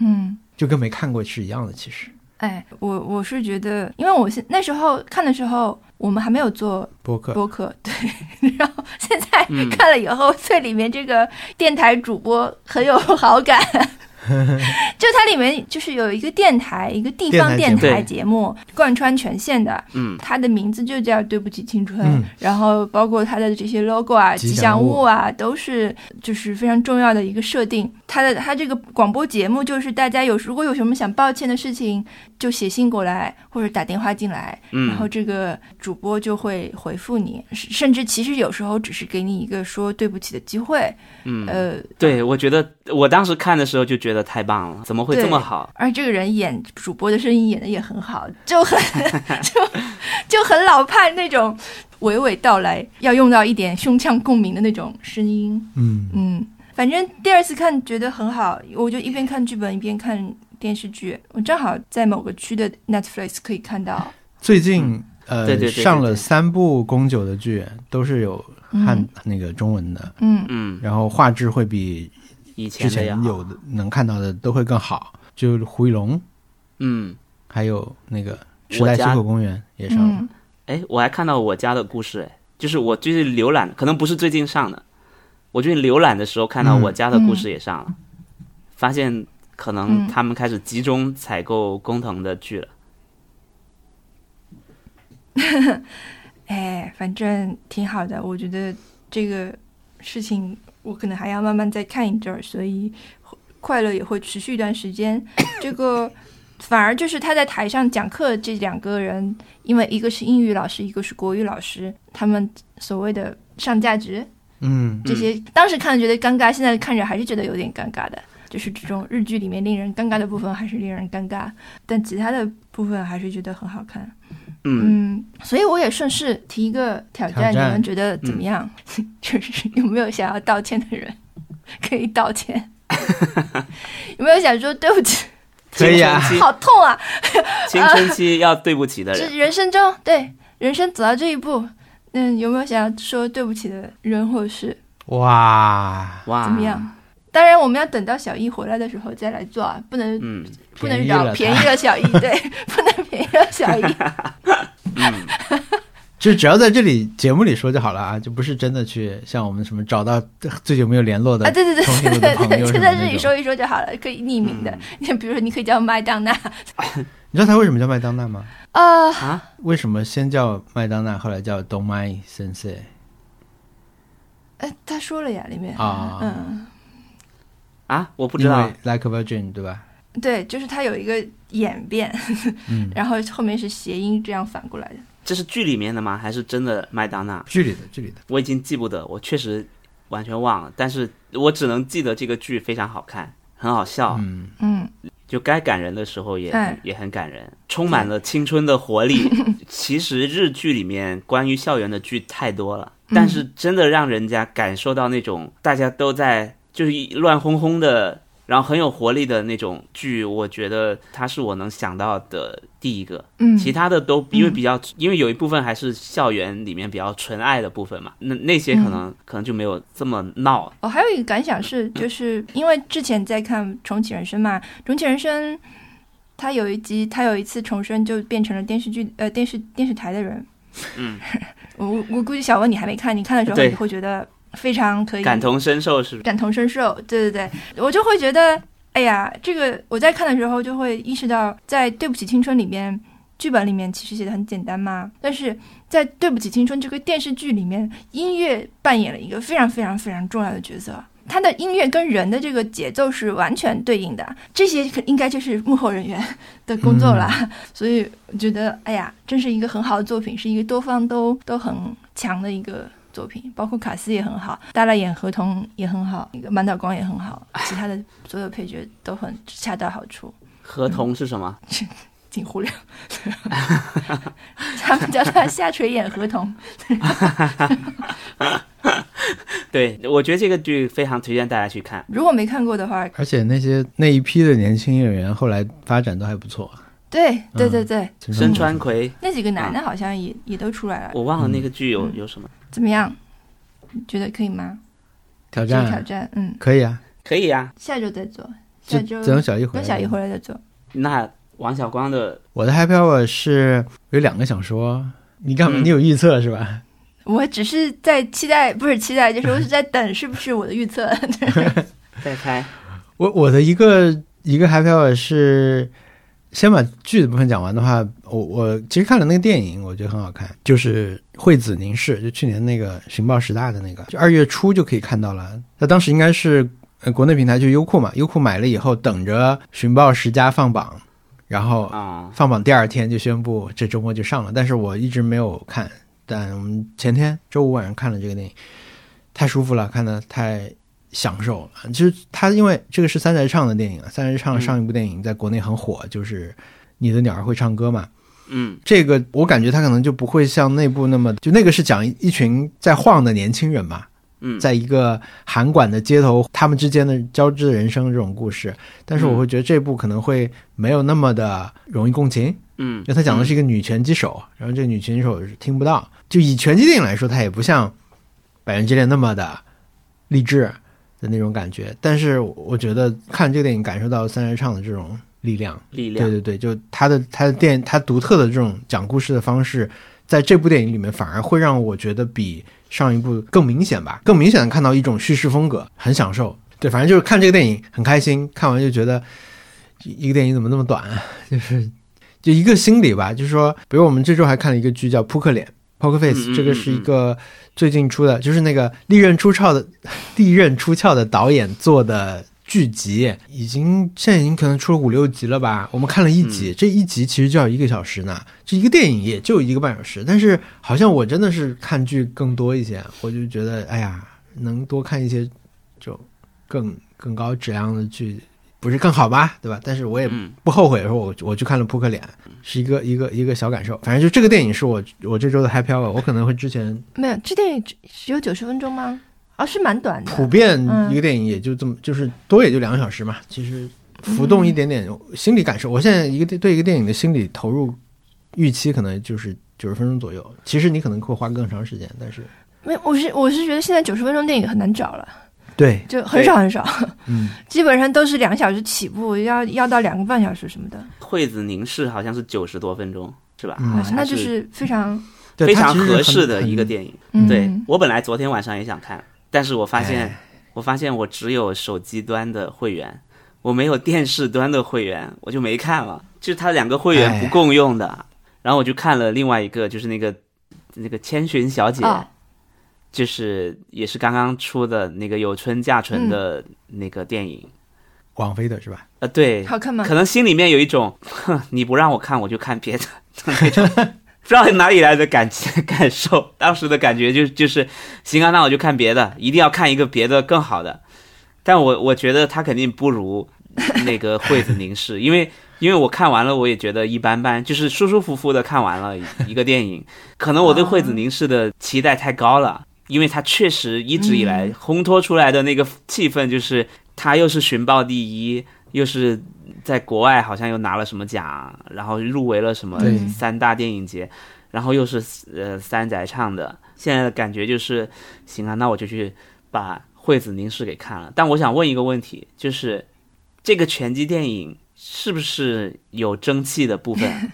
S2: 嗯。
S3: 就跟没看过是一样的。其实
S2: 哎，我我是觉得，因为我现那时候看的时候，我们还没有做
S3: 播客
S2: 播客， 对，然后现在
S1: 嗯
S2: 看了以后，对里面这个电台主播很有好感。就它里面就是有一个电台，一个地方
S3: 电
S2: 电
S1: 台节目
S2: 台节目贯穿全县的，
S1: 嗯
S2: 它的名字就叫《对不起青春》，
S3: 嗯
S2: 然后包括它的这些 logo 啊、
S3: 吉
S2: 吉
S3: 祥
S2: 祥
S3: 物
S2: 物啊，都是就是非常重要的一个设定。它的它这个广播节目就是大家有如果有什么想抱歉的事情，就写信过来或者打电话进来，
S1: 嗯
S2: 然后这个主播就会回复你，甚甚至其实有时候只是给你一个说对不起的机会，
S1: 嗯，
S2: 呃，
S1: 对，我觉得我当时看的时候就觉得太棒了，怎么会这么好？
S2: 而这个人演主播的声音演的也很好，就很 就就很老派那种娓娓道来，要用到一点胸腔共鸣的那种声音。
S3: 嗯，
S2: 嗯，反正第二次看觉得很好，我就一边看剧本一边看电视剧。我正好在某个区的 Netflix 可以看到，
S3: 最近呃
S1: 嗯对对对对
S3: 上
S1: 对
S3: 了三部宫九的剧，都是有汉、
S2: 嗯
S3: 那个中文的，
S2: 嗯
S1: 嗯，
S3: 然后画质会比
S1: 以
S3: 之
S1: 前的呀
S3: 前，有的能看到的都会更好。就胡一龙，
S1: 嗯，
S3: 还有那个
S1: 我
S3: 时代西
S1: 家
S3: 口公园也上了。
S2: 嗯
S1: 哎，我还看到我家的故事，哎，就是我最近浏览，可能不是最近上的，我最近浏览的时候看到
S3: 嗯
S1: 我家的故事也上了，发现可能他们开始集中采购工藤的剧了。
S2: 哎，反正挺好的。我觉得这个事情我可能还要慢慢再看一阵儿，所以会快乐也会持续一段时间。这个反而就是他在台上讲课这两个人，因为一个是英语老师，一个是国语老师，他们所谓的上价值
S3: 嗯，
S2: 这些，当时看着觉得尴尬，现在看着还是觉得有点尴尬的。就是这种日剧里面令人尴尬的部分还是令人尴尬，但其他的部分还是觉得很好看。
S1: 嗯，
S2: 嗯，所以我也顺势提一个挑战，
S3: 挑战嗯
S2: 你们觉得怎么样？ 就是有没有想要道歉的人 可以道歉？ 有没有想说对不起？
S3: 可以 啊
S1: 青春
S2: 好痛 啊！
S1: 期，青春期要对不起的
S2: 这
S1: 人，
S2: 人生中，对人生走到这一步，嗯，有没有想要说对不起的人或事？
S3: 哇，
S1: 哇，
S2: 怎么
S3: 啊
S2: 样？当然，我们要等到小易回来的时候再来做啊，不能、
S1: 嗯，
S2: 不能
S3: 便宜
S2: 扰
S3: 了
S2: 便宜
S3: 他
S2: 了小易， 对，不能便宜了小 啊易。
S3: 就只要在这里节目里说就好了啊，就不是真的去像我们什么找到最久没有联络的
S2: 啊，对对对
S3: 重
S2: 对
S3: 庆
S2: 对
S3: 的朋
S2: 对，
S3: 友什
S2: 就
S3: 么
S2: 在
S3: 那
S2: 这里
S3: 种嗯
S2: 说一说就好了，可以匿名的。你 比如说，你可以叫麦当娜，
S3: 你知道他为什么叫麦当娜吗？
S2: 啊，
S3: 为什么先叫麦当娜，后来叫 Don't Mind Sensei
S2: 哎，他说了呀，里面，
S3: 啊？
S2: 嗯，
S1: 啊，我不
S3: 不
S1: 知道，
S3: Like a Virgin 对吧？
S2: 对，就是他有一个演 变，
S3: 嗯
S2: 然后后面是谐音这样反过来的。
S1: 这是剧里面的吗？还是真的麦当娜？
S3: 剧里的剧里的，
S1: 我已经记不得，我确实完全忘了，但是我只能记得这个剧非常好看，很好笑，
S3: 嗯，
S2: 嗯，
S1: 就该感人的时候也、
S2: 哎
S1: 也很感人，充满了青春的活力。 其实日剧里面关于校园的剧太多了，但是真的让人家感受到那种大家都在就是一乱哄哄的。然后很有活力的那种剧，我觉得它是我能想到的第一个。
S2: 嗯，
S1: 其他的都因为比较，因为有一部分还是校园里面比较纯爱的部分嘛，那那些可能可能就没有这么闹。
S2: 哦，还有一个感想是，就是因为之前在看《重启人生》嘛，《重启人生》他有一集，他有一次重生就变成了电视剧呃电视电视台的人。
S1: 嗯，
S2: 我我估计小文你还没看，你看的时候
S1: 对
S2: 你会觉得非常可以
S1: 感同身受是不是？
S2: 感同身受，对对对，我就会觉得，哎呀，这个我在看的时候就会意识到，在《对不起青春》里面，剧本里面其实写的很简单嘛，但是在《对不起青春》这个电视剧里面，音乐扮演了一个非常非常非常重要的角色。它的音乐跟人的这个节奏是完全对应的，这些可应该就是幕后人员 的工作啦。 所以我觉得，哎呀，真是一个很好的作品，是一个多方都都很强的一个作品，包括卡斯也很好，大濑演合同也很好，那个满岛光也很好，其他的所有配角都很恰到好处，
S1: 合同是什么？
S2: 挺忽略。 他们叫他下垂眼合同，
S1: 对，我觉得这个剧非常推荐大家去看。
S2: 如果没看过的话，
S3: 而且那些那一批的年轻演员后来发展都还不错，
S2: 对对
S3: 嗯嗯
S2: 对对，
S1: 身川葵，
S2: 那几个男的好像也也都出来了，
S1: 我忘了那个剧有有什么，
S2: 怎么样？你觉得可以吗？
S3: 挑
S2: 这
S3: 战
S2: 个
S3: 啊
S2: 挑战，嗯，
S3: 可以啊，
S1: 可以啊。
S2: 下周再做，
S3: 就
S2: 下周
S3: 等小一回来。
S2: 等小一回来再做。
S1: 那王小光的
S3: 我的 Happy Hour 是有两个想说，你干嘛？
S1: 嗯
S3: 你有预测是吧？
S2: 我只是在期待，不是期待，就是我是在等，是不是我的预 测？
S1: 再开，
S3: 我我的一个一个 Happy Hour 是先把剧的部分讲完的话，我我其实看了那个电影，我觉得很好看，就是《惠子凝视》，就去年那个寻报十大的那个，就二月初就可以看到了。那当时应该是呃国内平台就优酷嘛，优酷买了以后，等着寻报十佳放榜，然后
S1: 啊、
S3: 放榜第二天就宣布这周末就上了，但是我一直没有看。但我们前天周五晚上看了这个电影，太舒服了，看的太享受了。就是它因为这个是三宅唱的电影啊，三宅唱
S1: 嗯
S3: 上一部电影在国内很火，就是《你的鸟儿会唱歌》嘛。
S1: 嗯，
S3: 这个我感觉他可能就不会像那部那么，就那个是讲一群在晃的年轻人嘛，
S1: 嗯
S3: 在一个韩馆的街头，他们之间的交织的人生这种故事。但是我会觉得这部可能会没有那么的容易共情，
S1: 嗯
S3: 因，为他讲的是一个女拳击手，然后这个女拳击手是听不到。就以拳击电影来说，它也不像《百元之恋》那么的励志的那种感觉。但是我觉得看这个电影，感受到三宅唱的这种力量。
S1: 嗯力量
S3: 对，对对，就他的他的电他独特的这种讲故事的方式，在这部电影里面反而会让我觉得比上一部更明显吧，更明显的看到一种叙事风格，很享受。对，反正就是看这个电影很开心，看完就觉得一一个电影怎么那么短啊， 就是就一个心理吧，就是说，比如我们这周还看了一个剧叫《扑克脸》（Poker
S1: 嗯
S3: Face），
S1: 嗯
S3: 这个是一个最近出的，就是那个利刃出鞘的 利刃出鞘的导演做的剧集，已经现在已经可能出了五六集了吧。我们看了一
S1: 嗯
S3: 集，这一集其实就要一个小时呢，这一个电影也就一个半小时，但是好像我真的是看剧更多一些，我就觉得哎呀，能多看一些就更更高质量的剧。不是更好吧，对吧？但是我也
S1: 嗯
S3: 不后悔，说我我去看了《扑克脸》，是一个一个一个小感受。反正就这个电影是我我这周的 happy hour，我可能会之前
S2: 没有，这电影只只有九十分钟吗？哦，是蛮短
S3: 普
S2: 的。
S3: 遍嗯一个电影也就这么，就是多也就两个小时嘛。其实浮动一点点心理感受，我现在一个对一个电影的心理投入预期可能就是九十分钟左右。其实你可能会花更长时间，但是
S2: 没，我是我是觉得现在九十分钟电影很难找了，
S3: 对，
S2: 就很少很少，
S3: 嗯，
S2: 基本上都是两小时起步，要要到两个半小时什么的，
S1: 惠子凝视好像是九十多分钟，是吧？
S3: 嗯
S1: 好像
S2: 那就是非常
S3: 对
S1: 非
S3: 它
S1: 常
S3: 其实是
S1: 合
S3: 很
S1: 适的
S3: 很
S1: 一个电影。
S2: 嗯
S1: 对我本来昨天晚上也想看，但是我发现
S3: 哎，
S1: 我发现我只有手机端的会员，我没有电视端的会员，我就没看了。就是它两个会员
S3: 哎
S1: 不共用的，然后我就看了另外一个，就是那个那个千寻小姐，
S2: 哦，
S1: 就是也是刚刚出的那个有村架纯的那个电影。
S3: 王菲的是吧？
S1: 呃，对，
S2: 好看吗
S1: 可？能心里面有一种， 哼，你不让我看，我就看别的 那种，不知道哪里来的感情感受。当时的感觉就就是，行啊，那我就看别的，一定要看一个别的更好的。但我我觉得他肯定不如那个惠子凝视， 因为因为我看完了，我也觉得一般般，就是舒舒服服的看完了一一个电影。可能我对惠子凝视的期待太高了，因为他确实一直以来烘托出来的那个气氛，就是他又是寻宝第一，又是在国外好像又拿了什么奖，然后入围了什么
S3: 对
S1: 三大电影节，然后又是呃三宅唱的，现在的感觉就是，行啊，那我就去把惠子凝视给看了。但我想问一个问题，就是这个拳击电影是不是有蒸汽的部分？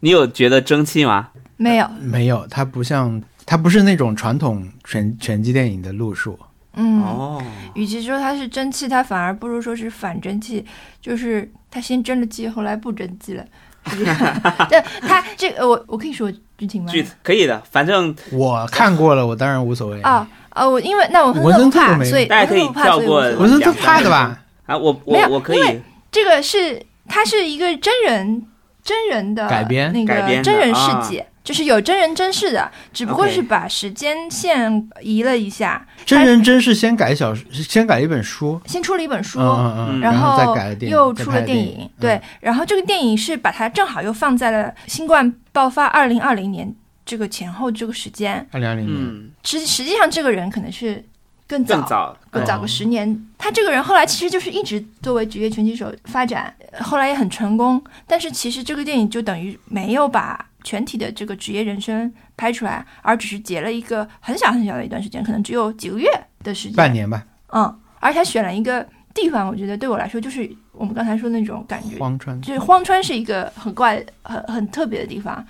S1: 你有觉得蒸汽吗？
S2: 没有，
S3: 没有，它不像，它不是那种传统拳拳击电影的路数。
S2: 嗯，
S1: 哦，
S2: 与其说它是蒸汽，它反而不如说是反蒸汽，就是它先蒸了汽，后来不蒸汽了。 是这样但它这个我我可以说剧情吗？
S1: 句子可以的，反正
S3: 我看过了，我当然无所谓。
S2: 啊啊！我因为那我很
S3: 文森
S2: 很
S3: 特
S2: 怕，
S3: 没
S2: 所以
S1: 大家可以
S2: 我很怕，
S1: 跳
S2: 所以
S1: 过
S2: 无所谓
S3: 文森特拍的吧？
S1: 啊，我
S2: 没
S1: 我
S2: 有
S1: 我可以
S2: 因为这个是它是一个真人真人的
S3: 改编
S2: 那
S1: 改编的啊
S2: 个真人事迹，就是有真人真事的，只不过
S1: OK
S2: 是把时间线移了一下，
S3: 真人真事先改小，先改一本书，
S2: 先出了一本书，
S3: 嗯嗯嗯，
S2: 然
S3: 后再改了电影，
S2: 又
S3: 再
S2: 出
S3: 拍
S2: 了
S3: 了
S2: 电
S3: 影，嗯
S2: 影，对，然后这个电影是把它正好又放在了新冠爆发二零二零年这个前后这个时间，
S3: 二零二零年，
S1: 嗯，
S2: 实实际上这个人可能是更早
S1: 更早
S2: 更早
S3: 哦
S2: 个十年，他这个人后来其实就是一直作为职业拳击手发展，呃后来也很成功。但是其实这个电影就等于没有把全体的这个职业人生拍出来，而只是截了一个很小很小的一段时间，可能只有几个月的时间。
S3: 半年吧，
S2: 嗯，而且他选了一个地方，我觉得对我来说就是我们刚才说的那种感觉，
S3: 荒川。
S2: 就是荒川是一个很怪、很很特别的地方。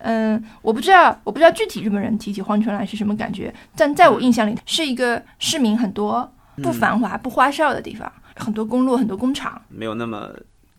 S2: 嗯，我不知道，我不知道具体日本人提起荒川来是什么感觉，但在我印象里，是一个市民很多、不
S1: 烦，
S2: 繁华、不花哨的地方，很多公路、很多工厂。
S1: 没有那么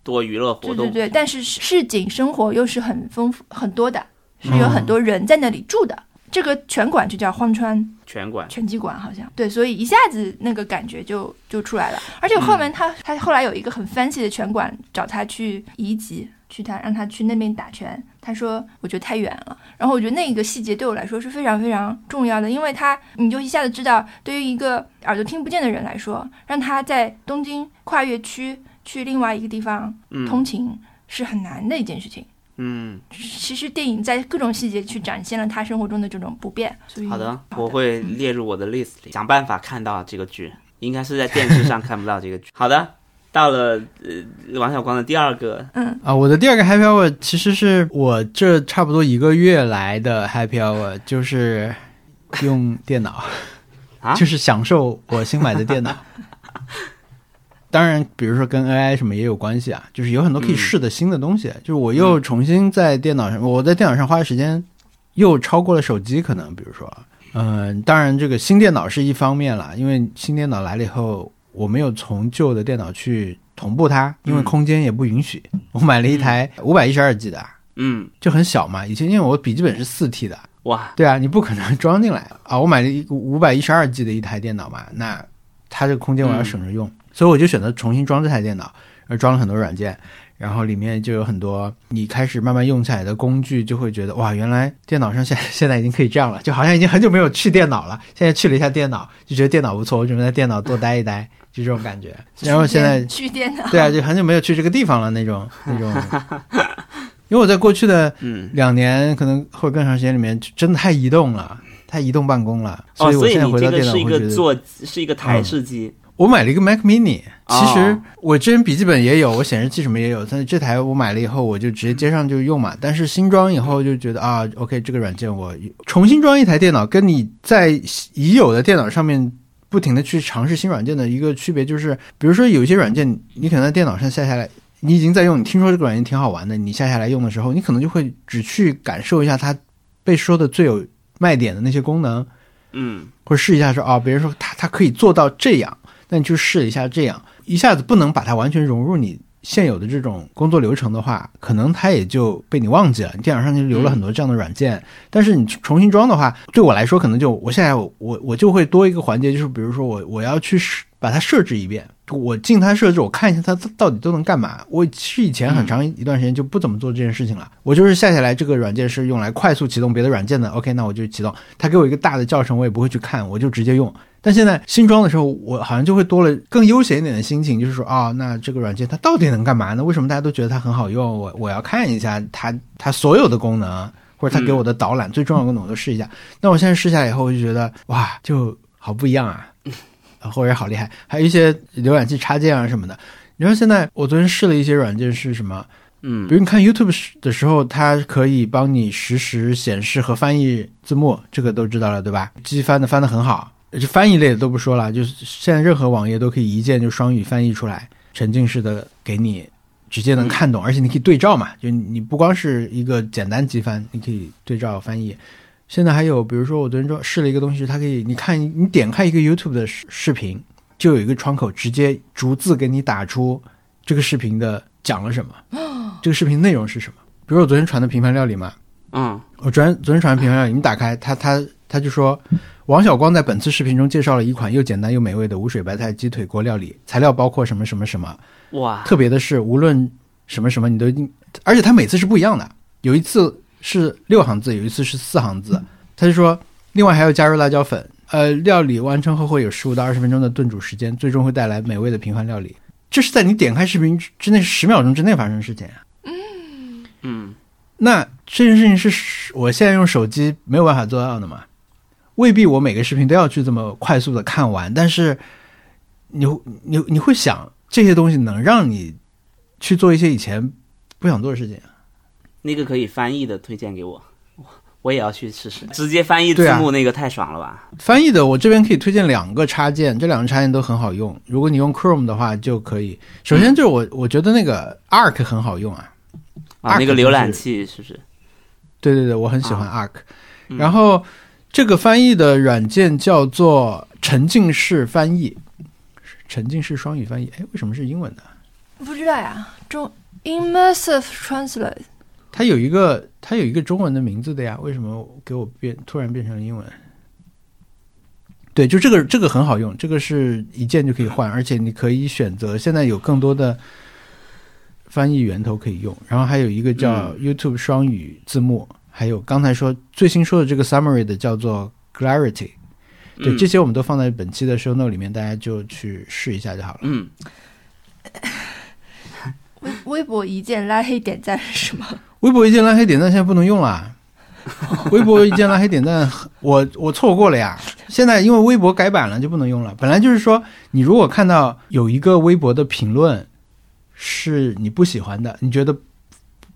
S1: 多娱乐活
S2: 对
S1: 动，
S2: 对对，但是市市井生活又是很丰富、很多的，是
S1: 嗯
S2: 有很多人在那里住的。这个拳馆就叫荒川
S1: 拳馆
S2: 拳击馆好像对，所以一下子那个感觉就就出来了。而且
S1: 嗯
S2: 后面他、他后来有一个很 fancy 的拳馆找他去移籍，去他让他去那边打拳，他说我觉得太远了。然后我觉得那个细节对我来说是非常非常重要的，因为他你就一下子知道，对于一个耳朵听不见的人来说，让他在东京跨越区去另外一个地方通
S1: 嗯
S2: 勤是很难的一件事情。
S1: 嗯，
S2: 其实电影在各种细节去展现了他生活中的这种不便。
S3: 嗯
S2: 所以
S1: 好的，我会列入我的 list 里，想办法看到这个剧，应该是在电视上看不到这个 剧。好的，到了呃王小光的第二个，
S2: 嗯。
S3: 啊，我的第二个 Happy Hour 其实是我这差不多一个月来的 Happy Hour，就是用电脑，
S1: 啊
S3: 就是享受我新买的电 脑。当然，比如说跟 AI 什么也有关系啊，就是有很多可以试的新的东西。
S1: 嗯
S3: 就是我又重新在电脑上，我在电脑上花的时间又超过了手机，可能比如说，嗯，当然这个新电脑是一方面啦，因为新电脑来了以后，我没有从旧的电脑去同步它，因为
S1: 嗯
S3: 空间也不允许。我买了一台五百一十二 G 的啊，
S1: 嗯，
S3: 就很小嘛。以前因为我笔记本是四 T 的，
S1: 哇，
S3: 对啊，你不可能装进来啊。我买了一五百一十二 G 的一台电脑嘛，那它这个空间我要省着用，所以我就选择重新装这台电脑，而装了很多软件，然后里面就有很多你开始慢慢用起来的工具，就会觉得哇，原来电脑上现现在已经可以这样了，就好像已经很久没有去电脑了，现在去了一下电脑，就觉得电脑不错，我准备在电脑多待一待，就这种感觉。然后现在
S2: 去电脑，
S3: 对啊，就很久没有去这个地方了那种那种，因为我在过去的
S1: 嗯，
S3: 两年可能或者更长时间里面，就真的太移动了，太移动办公了，
S1: 哦，
S3: 我
S1: 所以
S3: 现在
S1: 你
S3: 回
S1: 这
S3: 到电
S1: 个
S3: 脑
S1: 是一
S3: 会觉
S1: 个
S3: 得，
S1: 做是一个台式机，
S3: 我买了一个 Mac Mini，
S1: 哦
S3: 其实我之前笔记本也有，我显示器什么也有，但是这台我买了以后我就直接接上就用嘛，但是新装以后就觉得啊，OK 这个软件我重新装一台电脑，跟你在已有的电脑上面。不停的去尝试新软件的一个区别就是，比如说有一些软件，你可能在电脑上下下来，你已经在用，你听说这个软件挺好玩的，你下下来用的时候，你可能就会只去感受一下它被说的最有卖点的那些功能，
S1: 嗯
S3: 或者试一下说啊、别人说它它可以做到这样，那你去试一下这样，一下子不能把它完全融入你现有的这种工作流程的话，可能它也就被你忘记了。你电脑上就留了很多这样的软件，但是你重新装的话，对我来说可能就我现在我我我就会多一个环节，就是比如说我我要去试把它设置一遍。我进它设置，我看一下它到底都能干嘛。我是以前很长一段时间就不怎么做这件事情了。我就是下下来这个软件是用来快速启动别的软件的。OK，那我就启动。它给我一个大的教程，我也不会去看，我就直接用。但现在新装的时候，我好像就会多了更悠闲一点的心情，就是说，哦，那这个软件它到底能干嘛呢？为什么大家都觉得它很好用？我我要看一下它它所有的功能，或者他给我的导览、最重要的功能我都试一下。那我现在试下来以后，我就觉得哇，就好不一样啊，或者好厉害。还有一些浏览器插件啊什么的。你说现在我昨天试了一些软件是什么？比
S1: 嗯
S3: 如你看 YouTube 的时候，它可以帮你实时显示和翻译字幕，这个都知道了，对吧？机翻的翻的很好，就翻译类的都不说了，就是现在任何网页都可以一键就双语翻译出来，沉浸式的给你直接能看懂，而且你可以对照嘛，就你不光是一个简单机翻，你可以对照翻译。现在还有，比如说我昨天说试了一个东西，它可以，你看你点开一个 YouTube 的视视频，就有一个窗口直接逐字给你打出这个视频的讲了什么。这个视频内容是什么？比如我昨天传的平凡料理嘛，
S1: 嗯
S3: 我昨天昨天传的平凡料理，你打开它，它它就说，王小光在本次视频中介绍了一款又简单又美味的无水白菜鸡腿锅料理，材料包括什么什么什么。
S1: 哇
S3: 特别的是，无论什么什么，你都一定，而且它每次是不一样的，有一次是六行字，有一次是四行字。他就说，另外还要加入辣椒粉。呃，料理完成后会有十五到二十分钟的炖煮时间，最终会带来美味的平凡料理。这是在你点开视频之之内十秒钟之内发生的事情啊。
S1: 嗯
S3: 那这件事情是手我现在用手机没有办法做到的嘛？未必我每个视频都要去这么快速的看完，但是你你你会想这些东西能让你去做一些以前不想做的事情。啊
S1: 那个可以翻译的推荐给我，我我也要去试试。直接翻译字
S3: 对啊
S1: 幕那个太爽了吧？
S3: 翻译的我这边可以推荐两个插件，这两个插件都很好用。如果你用 Chrome 的话，就可以。首先就是我我觉得那个 Arc 很好用啊，
S1: 啊，那
S3: Arc
S1: 个
S3: 就
S1: 浏
S3: 是
S1: 览器是不是？
S3: 对对对，我很喜欢 Arc。
S1: 嗯
S3: 然后这个翻译的软件叫做沉浸式翻译，沉浸式双语翻译。哎，为什么是英文的？
S2: 不知道呀，中 immersive translate
S3: 它有一个它有一个中文的名字的呀，为什么给我变突然变成了英文？对，就这个这个很好用，这个是一键就可以换，而且你可以选择现在有更多的翻译源头可以用，然后还有一个叫 YouTube 双语字幕，还有刚才说最新说的这个 summary 的叫做 Clarity，对，
S1: 嗯
S3: 这些我们都放在本期的 show note 里面，大家就去试一下就好了。
S1: 嗯，
S2: 微微博一键拉黑点赞是什么？
S3: 微博一键拉黑点赞现在不能 用了，微博一键拉黑点赞，我我错过了呀。现在因为微博改版了就不能用了。本来就是说，你如果看到有一个微博的评论是你不喜欢的，你觉得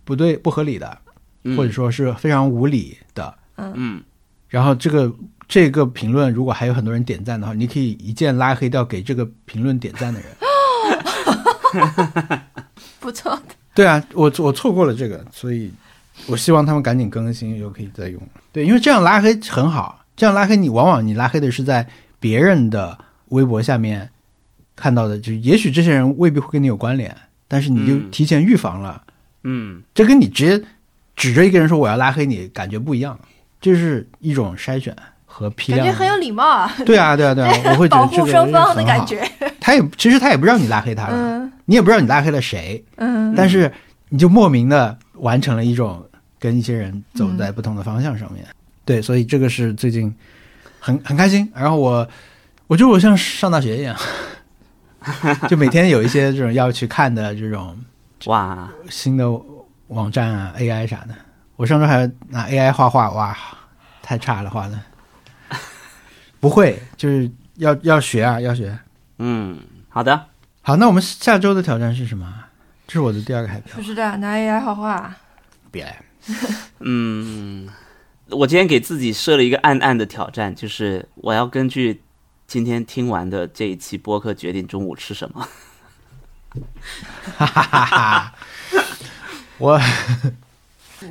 S3: 不对、不合理的，
S1: 嗯
S3: 或者说是非常无理的，
S1: 嗯
S3: 然后这个这个评论如果还有很多人点赞的话，你可以一键拉黑掉给这个评论点赞的人。
S2: 不错的，
S3: 对啊，我我错过了这个，所以我希望他们赶紧更新，又可以再用。对，因为这样拉黑很好，这样拉黑你往往你拉黑的是在别人的微博下面看到的，就也许这些人未必会跟你有关联，但是你就
S1: 嗯
S3: 提前预防了，
S1: 嗯
S3: 这跟你直接指着一个人说我要拉黑你感觉不一样，这是一种筛选和批
S2: 感
S3: 量
S2: 觉。很有礼貌啊，
S3: 对啊，对啊，对啊，我会觉
S2: 保
S3: 得这
S2: 护
S3: 个
S2: 双
S3: 人
S2: 方的
S3: 很
S2: 感
S3: 好。
S2: 觉。
S3: 他也其实他也不让你拉黑他了，
S2: 嗯
S3: 你也不知道你拉黑了谁，
S2: 嗯，
S3: 但是你就莫名的完成了一种跟一些人走在不同的方向上面。对，所以这个是最近很很开心。然后我我觉得我像上大学一样， 就每天有一些这种要去看的这种
S1: 哇，
S3: 新的网站啊、AI 啥的。我上周还拿 AI 画画，哇，太差了画的，不会，就是要要学啊，要学。
S1: 嗯，好的，
S3: 好，那我们下周的挑战是什么啊？这是我的第二个海标
S2: 不，知道拿 AI 画画，
S3: 别来。
S1: 嗯，我今天给自己设了一个暗暗的挑战，就是我要根据今天听完的这一期播客决定中午吃什 么。
S3: 哈哈哈哈！我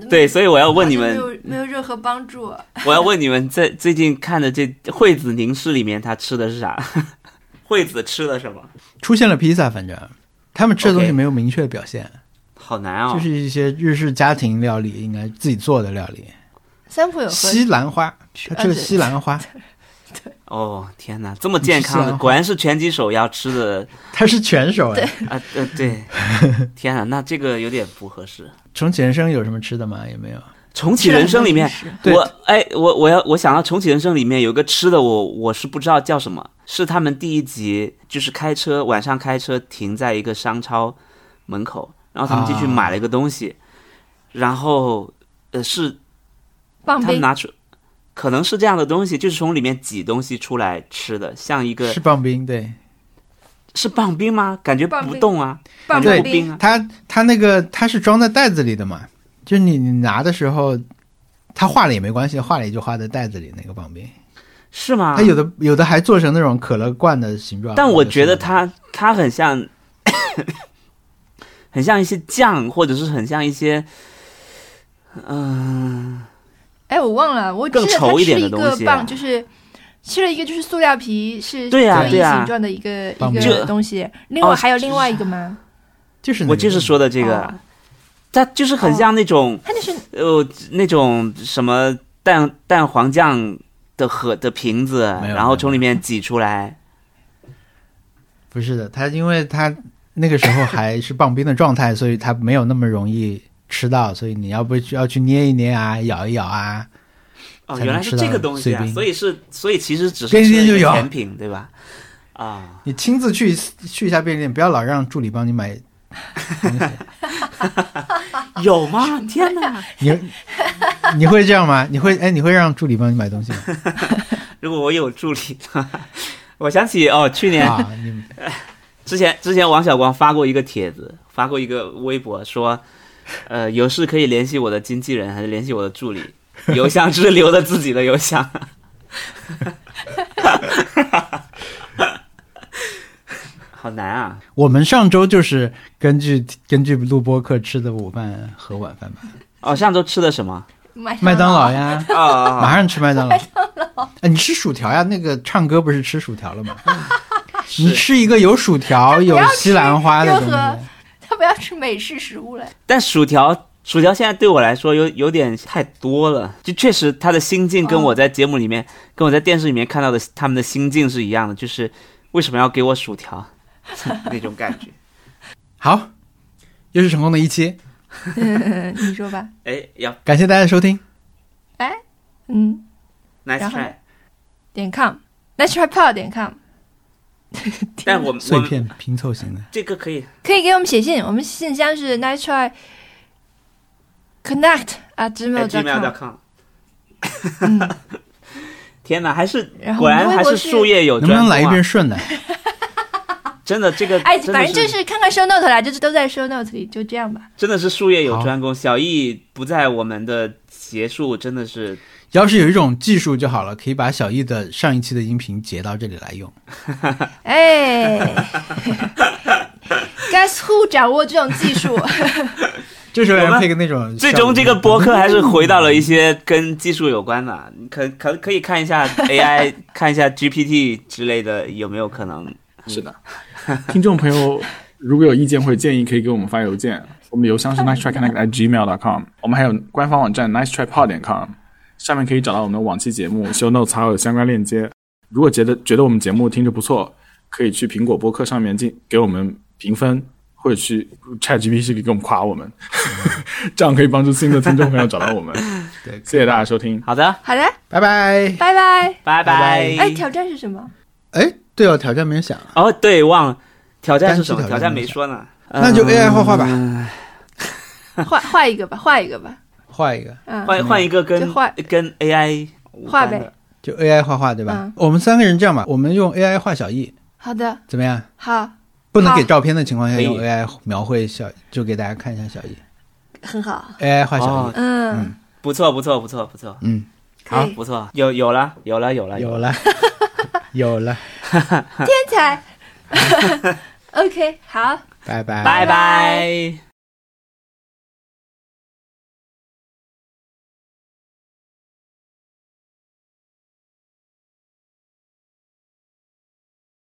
S1: 对，所以我要问你们
S2: 好，像没有没有任何帮助。
S1: 我要问你们在最近看的这《惠子凝视》里面，他吃的是啥？ 惠子吃了什么？
S3: 出现了披萨，反正他们吃的东西
S1: OK
S3: 没有明确表现
S1: 好难哦。
S3: 就是一些日式家庭料理，应该自己做的料理。
S2: 三
S1: 呃
S2: 浦有和
S3: 西兰花，他
S1: 啊
S3: 吃了西兰花，
S1: 哦，天哪，这么健康
S3: 你吃西
S1: 的，
S3: 兰花
S1: 果然是拳击手要吃的
S3: 他是全手哎。
S1: 啊！呃，对，天哪，那这个有点不合适。
S3: 重启人生有什么吃的吗？也没有。
S1: 重启人生里面，
S2: 吃了很
S3: 对
S1: 我哎，我我要我想到重启人生里面有个吃的我，我是不知道叫什么，是他们第一集就是开车晚上开车停在一个商超门口，然后他们进去
S3: 啊
S1: 买了一个东西，然后呃是
S2: 棒
S1: 他们
S2: 冰
S1: 拿出，可能是这样的东西，就是从里面挤东西出来吃的，像一个
S3: 是棒冰，对
S1: 是棒冰吗？感觉
S2: 棒
S1: 不
S2: 冰
S1: 动啊，
S2: 棒
S1: 感觉
S3: 对
S1: 不冰
S2: 冰
S1: 啊。
S3: 它它那个它是装在袋子里的嘛，就是你你拿的时候，它化了也没关系，化了也就化在袋子里那个棒冰。
S1: 是吗？
S3: 它有的有的还做成那种可乐罐的形状。
S1: 啊但我觉得
S3: 啊或者是
S1: 它它很像，很像一些酱，或者是很像一些，嗯、
S2: 哎，我忘了，我记得
S1: 更
S2: 他
S1: 稠一
S2: 吃
S1: 点
S2: 一
S1: 的
S2: 个
S1: 东西啊
S2: 棒，就是吃了一个就是塑料皮，是
S1: 对呀
S2: 蚯蚓
S1: 对呀
S2: 形状的一个
S3: 棒
S2: 一
S1: 这
S2: 个东西。另外
S1: 哦
S2: 还有另外一个吗？
S3: 就是那个
S1: 我就是说的这个，
S2: 哦
S1: 它就是很像那种、
S2: 它就是
S1: 呃那种什么蛋蛋黄酱的盒的瓶子，
S3: 没有
S1: 然后从里面挤出来。
S3: 不是的，它因为它那个时候还是棒冰的状态，所以它没有那么容易吃到，所以你要不去要去捏一捏啊，咬一咬啊，
S1: 哦，
S3: 才能
S1: 原来是这个东西啊
S3: 吃到碎，冰
S1: 所以是所以其实只是
S3: 便利
S1: 吃了
S3: 店
S1: 一
S3: 就
S1: 个
S3: 有
S1: 甜品，对吧？啊，
S3: 你亲自去去一下便利店，不要老让助理帮你买 东西。
S1: 有吗？天哪！
S3: 你你会这样吗？你会哎，你会让助理帮你买东西吗？
S1: 如果我有助理，我想起哦，去年
S3: 啊，你
S1: 之前之前王小光发过一个帖子，发过一个微博说，呃，有事可以联系我的经纪人，还是联系我的助理， 邮箱只是留的自己的邮箱。 好难啊！
S3: 我们上周就是根据根据录播课吃的午饭和晚饭吧，
S1: 哦，上周吃的什么？
S2: 麦
S3: 麦当劳
S2: 呀，
S3: 呀，
S1: 啊、哦
S3: 马上吃麦当劳。哎，你吃薯条呀？那个唱歌不是吃薯条了吗？你吃一个有薯条、有西兰花的东
S2: 任何
S3: 西，
S2: 他不要吃美式食物了。
S1: 但薯条，薯条现在对我来说有有点太多了，就确实它的心境跟我在节目里面、跟我在电视里面看到的他们的心境是一样的，就是为什么要给我薯条那种感觉。
S3: 好，又是成功的一期，
S2: 嗯 你说吧。
S1: 哎，要
S3: 感谢大家的收听。
S2: 嗯，
S1: nice
S2: 然后
S1: try
S2: 呢。点 com。n a t u r a p o w 点 com，
S1: 但我们
S3: 碎
S1: 我们
S3: 片拼凑型的，
S1: 这个可以
S2: 可以给我们写信，我们信箱是 n a t u r a connect
S1: at
S2: at gmail.com。
S1: gmail.com。
S2: 嗯，
S1: 天哪，还是
S2: 然后
S1: 果然还
S2: 我们的微博
S1: 是
S2: 是
S1: 术业有
S3: 能
S1: 专
S3: 不
S1: 攻、啊、
S3: 能来一遍顺的？
S1: 真的，这个
S2: 哎，
S1: 真的
S2: 反正就是看看 show note 啦，就是都在 show note 里，就这样吧。
S1: 真的是术业有专攻。小易不在我们的结束，真的是
S3: 要是有一种技术就好了，可以把小易的上一期的音频截到这里来用。
S2: 哎，Guess who 掌握这种技 术？
S3: 这时候
S1: 我
S3: 要
S1: 们
S3: 配个那种，
S1: 最终这个播客还是回到了一些跟技术有关的。你可可可以看一下 AI，看一下 GPT 之类的有没有可能。
S5: 是的，嗯 听众朋友如果有意见或者建议，可以给我们发邮件，我们的邮箱是 nice try connect at gmail dot com，我们还有官方网站 nice try pod 点 com，上面可以找到我们的往期节目 show notes 还有相关链接。如果觉得觉得我们节目听着不错，可以去苹果播客上面进给我们评分，或者去 Chat GPT 给我们夸我们， 这样可以帮助新的听众朋友找到我们。
S3: 对
S5: 谢谢大家收听。
S1: 好的，
S2: 好的，
S3: 拜拜。
S2: 拜拜。
S1: 拜
S3: 拜
S2: 哎，挑战是什么？
S3: 哎，对哦，挑战没人想，
S1: 哦，对，忘了挑战是什么？挑
S3: 单词挑战
S1: 战没说呢。
S3: 那就
S1: 嗯
S3: AI 画画吧
S2: 画画一个吧，画一个吧。
S3: 画一个，
S2: 嗯，
S1: 换换一个跟
S2: 就画
S1: 跟 AI 无
S2: 画
S1: 关的
S2: 呗。
S3: 就 AI 画画对吧
S2: 嗯？
S3: 我们三个人这样吧，我们用 AI 画小易，
S2: 好的，
S3: 怎么样？
S2: 好，
S3: 不能给
S2: 好
S3: 照片的情况下，用
S1: 可以
S3: AI 描绘小，就给大家看一下小易
S2: 很好。
S3: AI 画小易
S1: 哦，
S2: 嗯，
S1: 不错，不错，不错，不错，
S3: 嗯，
S2: 可以。
S1: 不错，有有了，有了，有了，了。
S3: 有 了，有了，
S2: 天才。OK，好。
S3: 拜
S1: 拜
S3: 拜
S2: 拜
S1: 拜。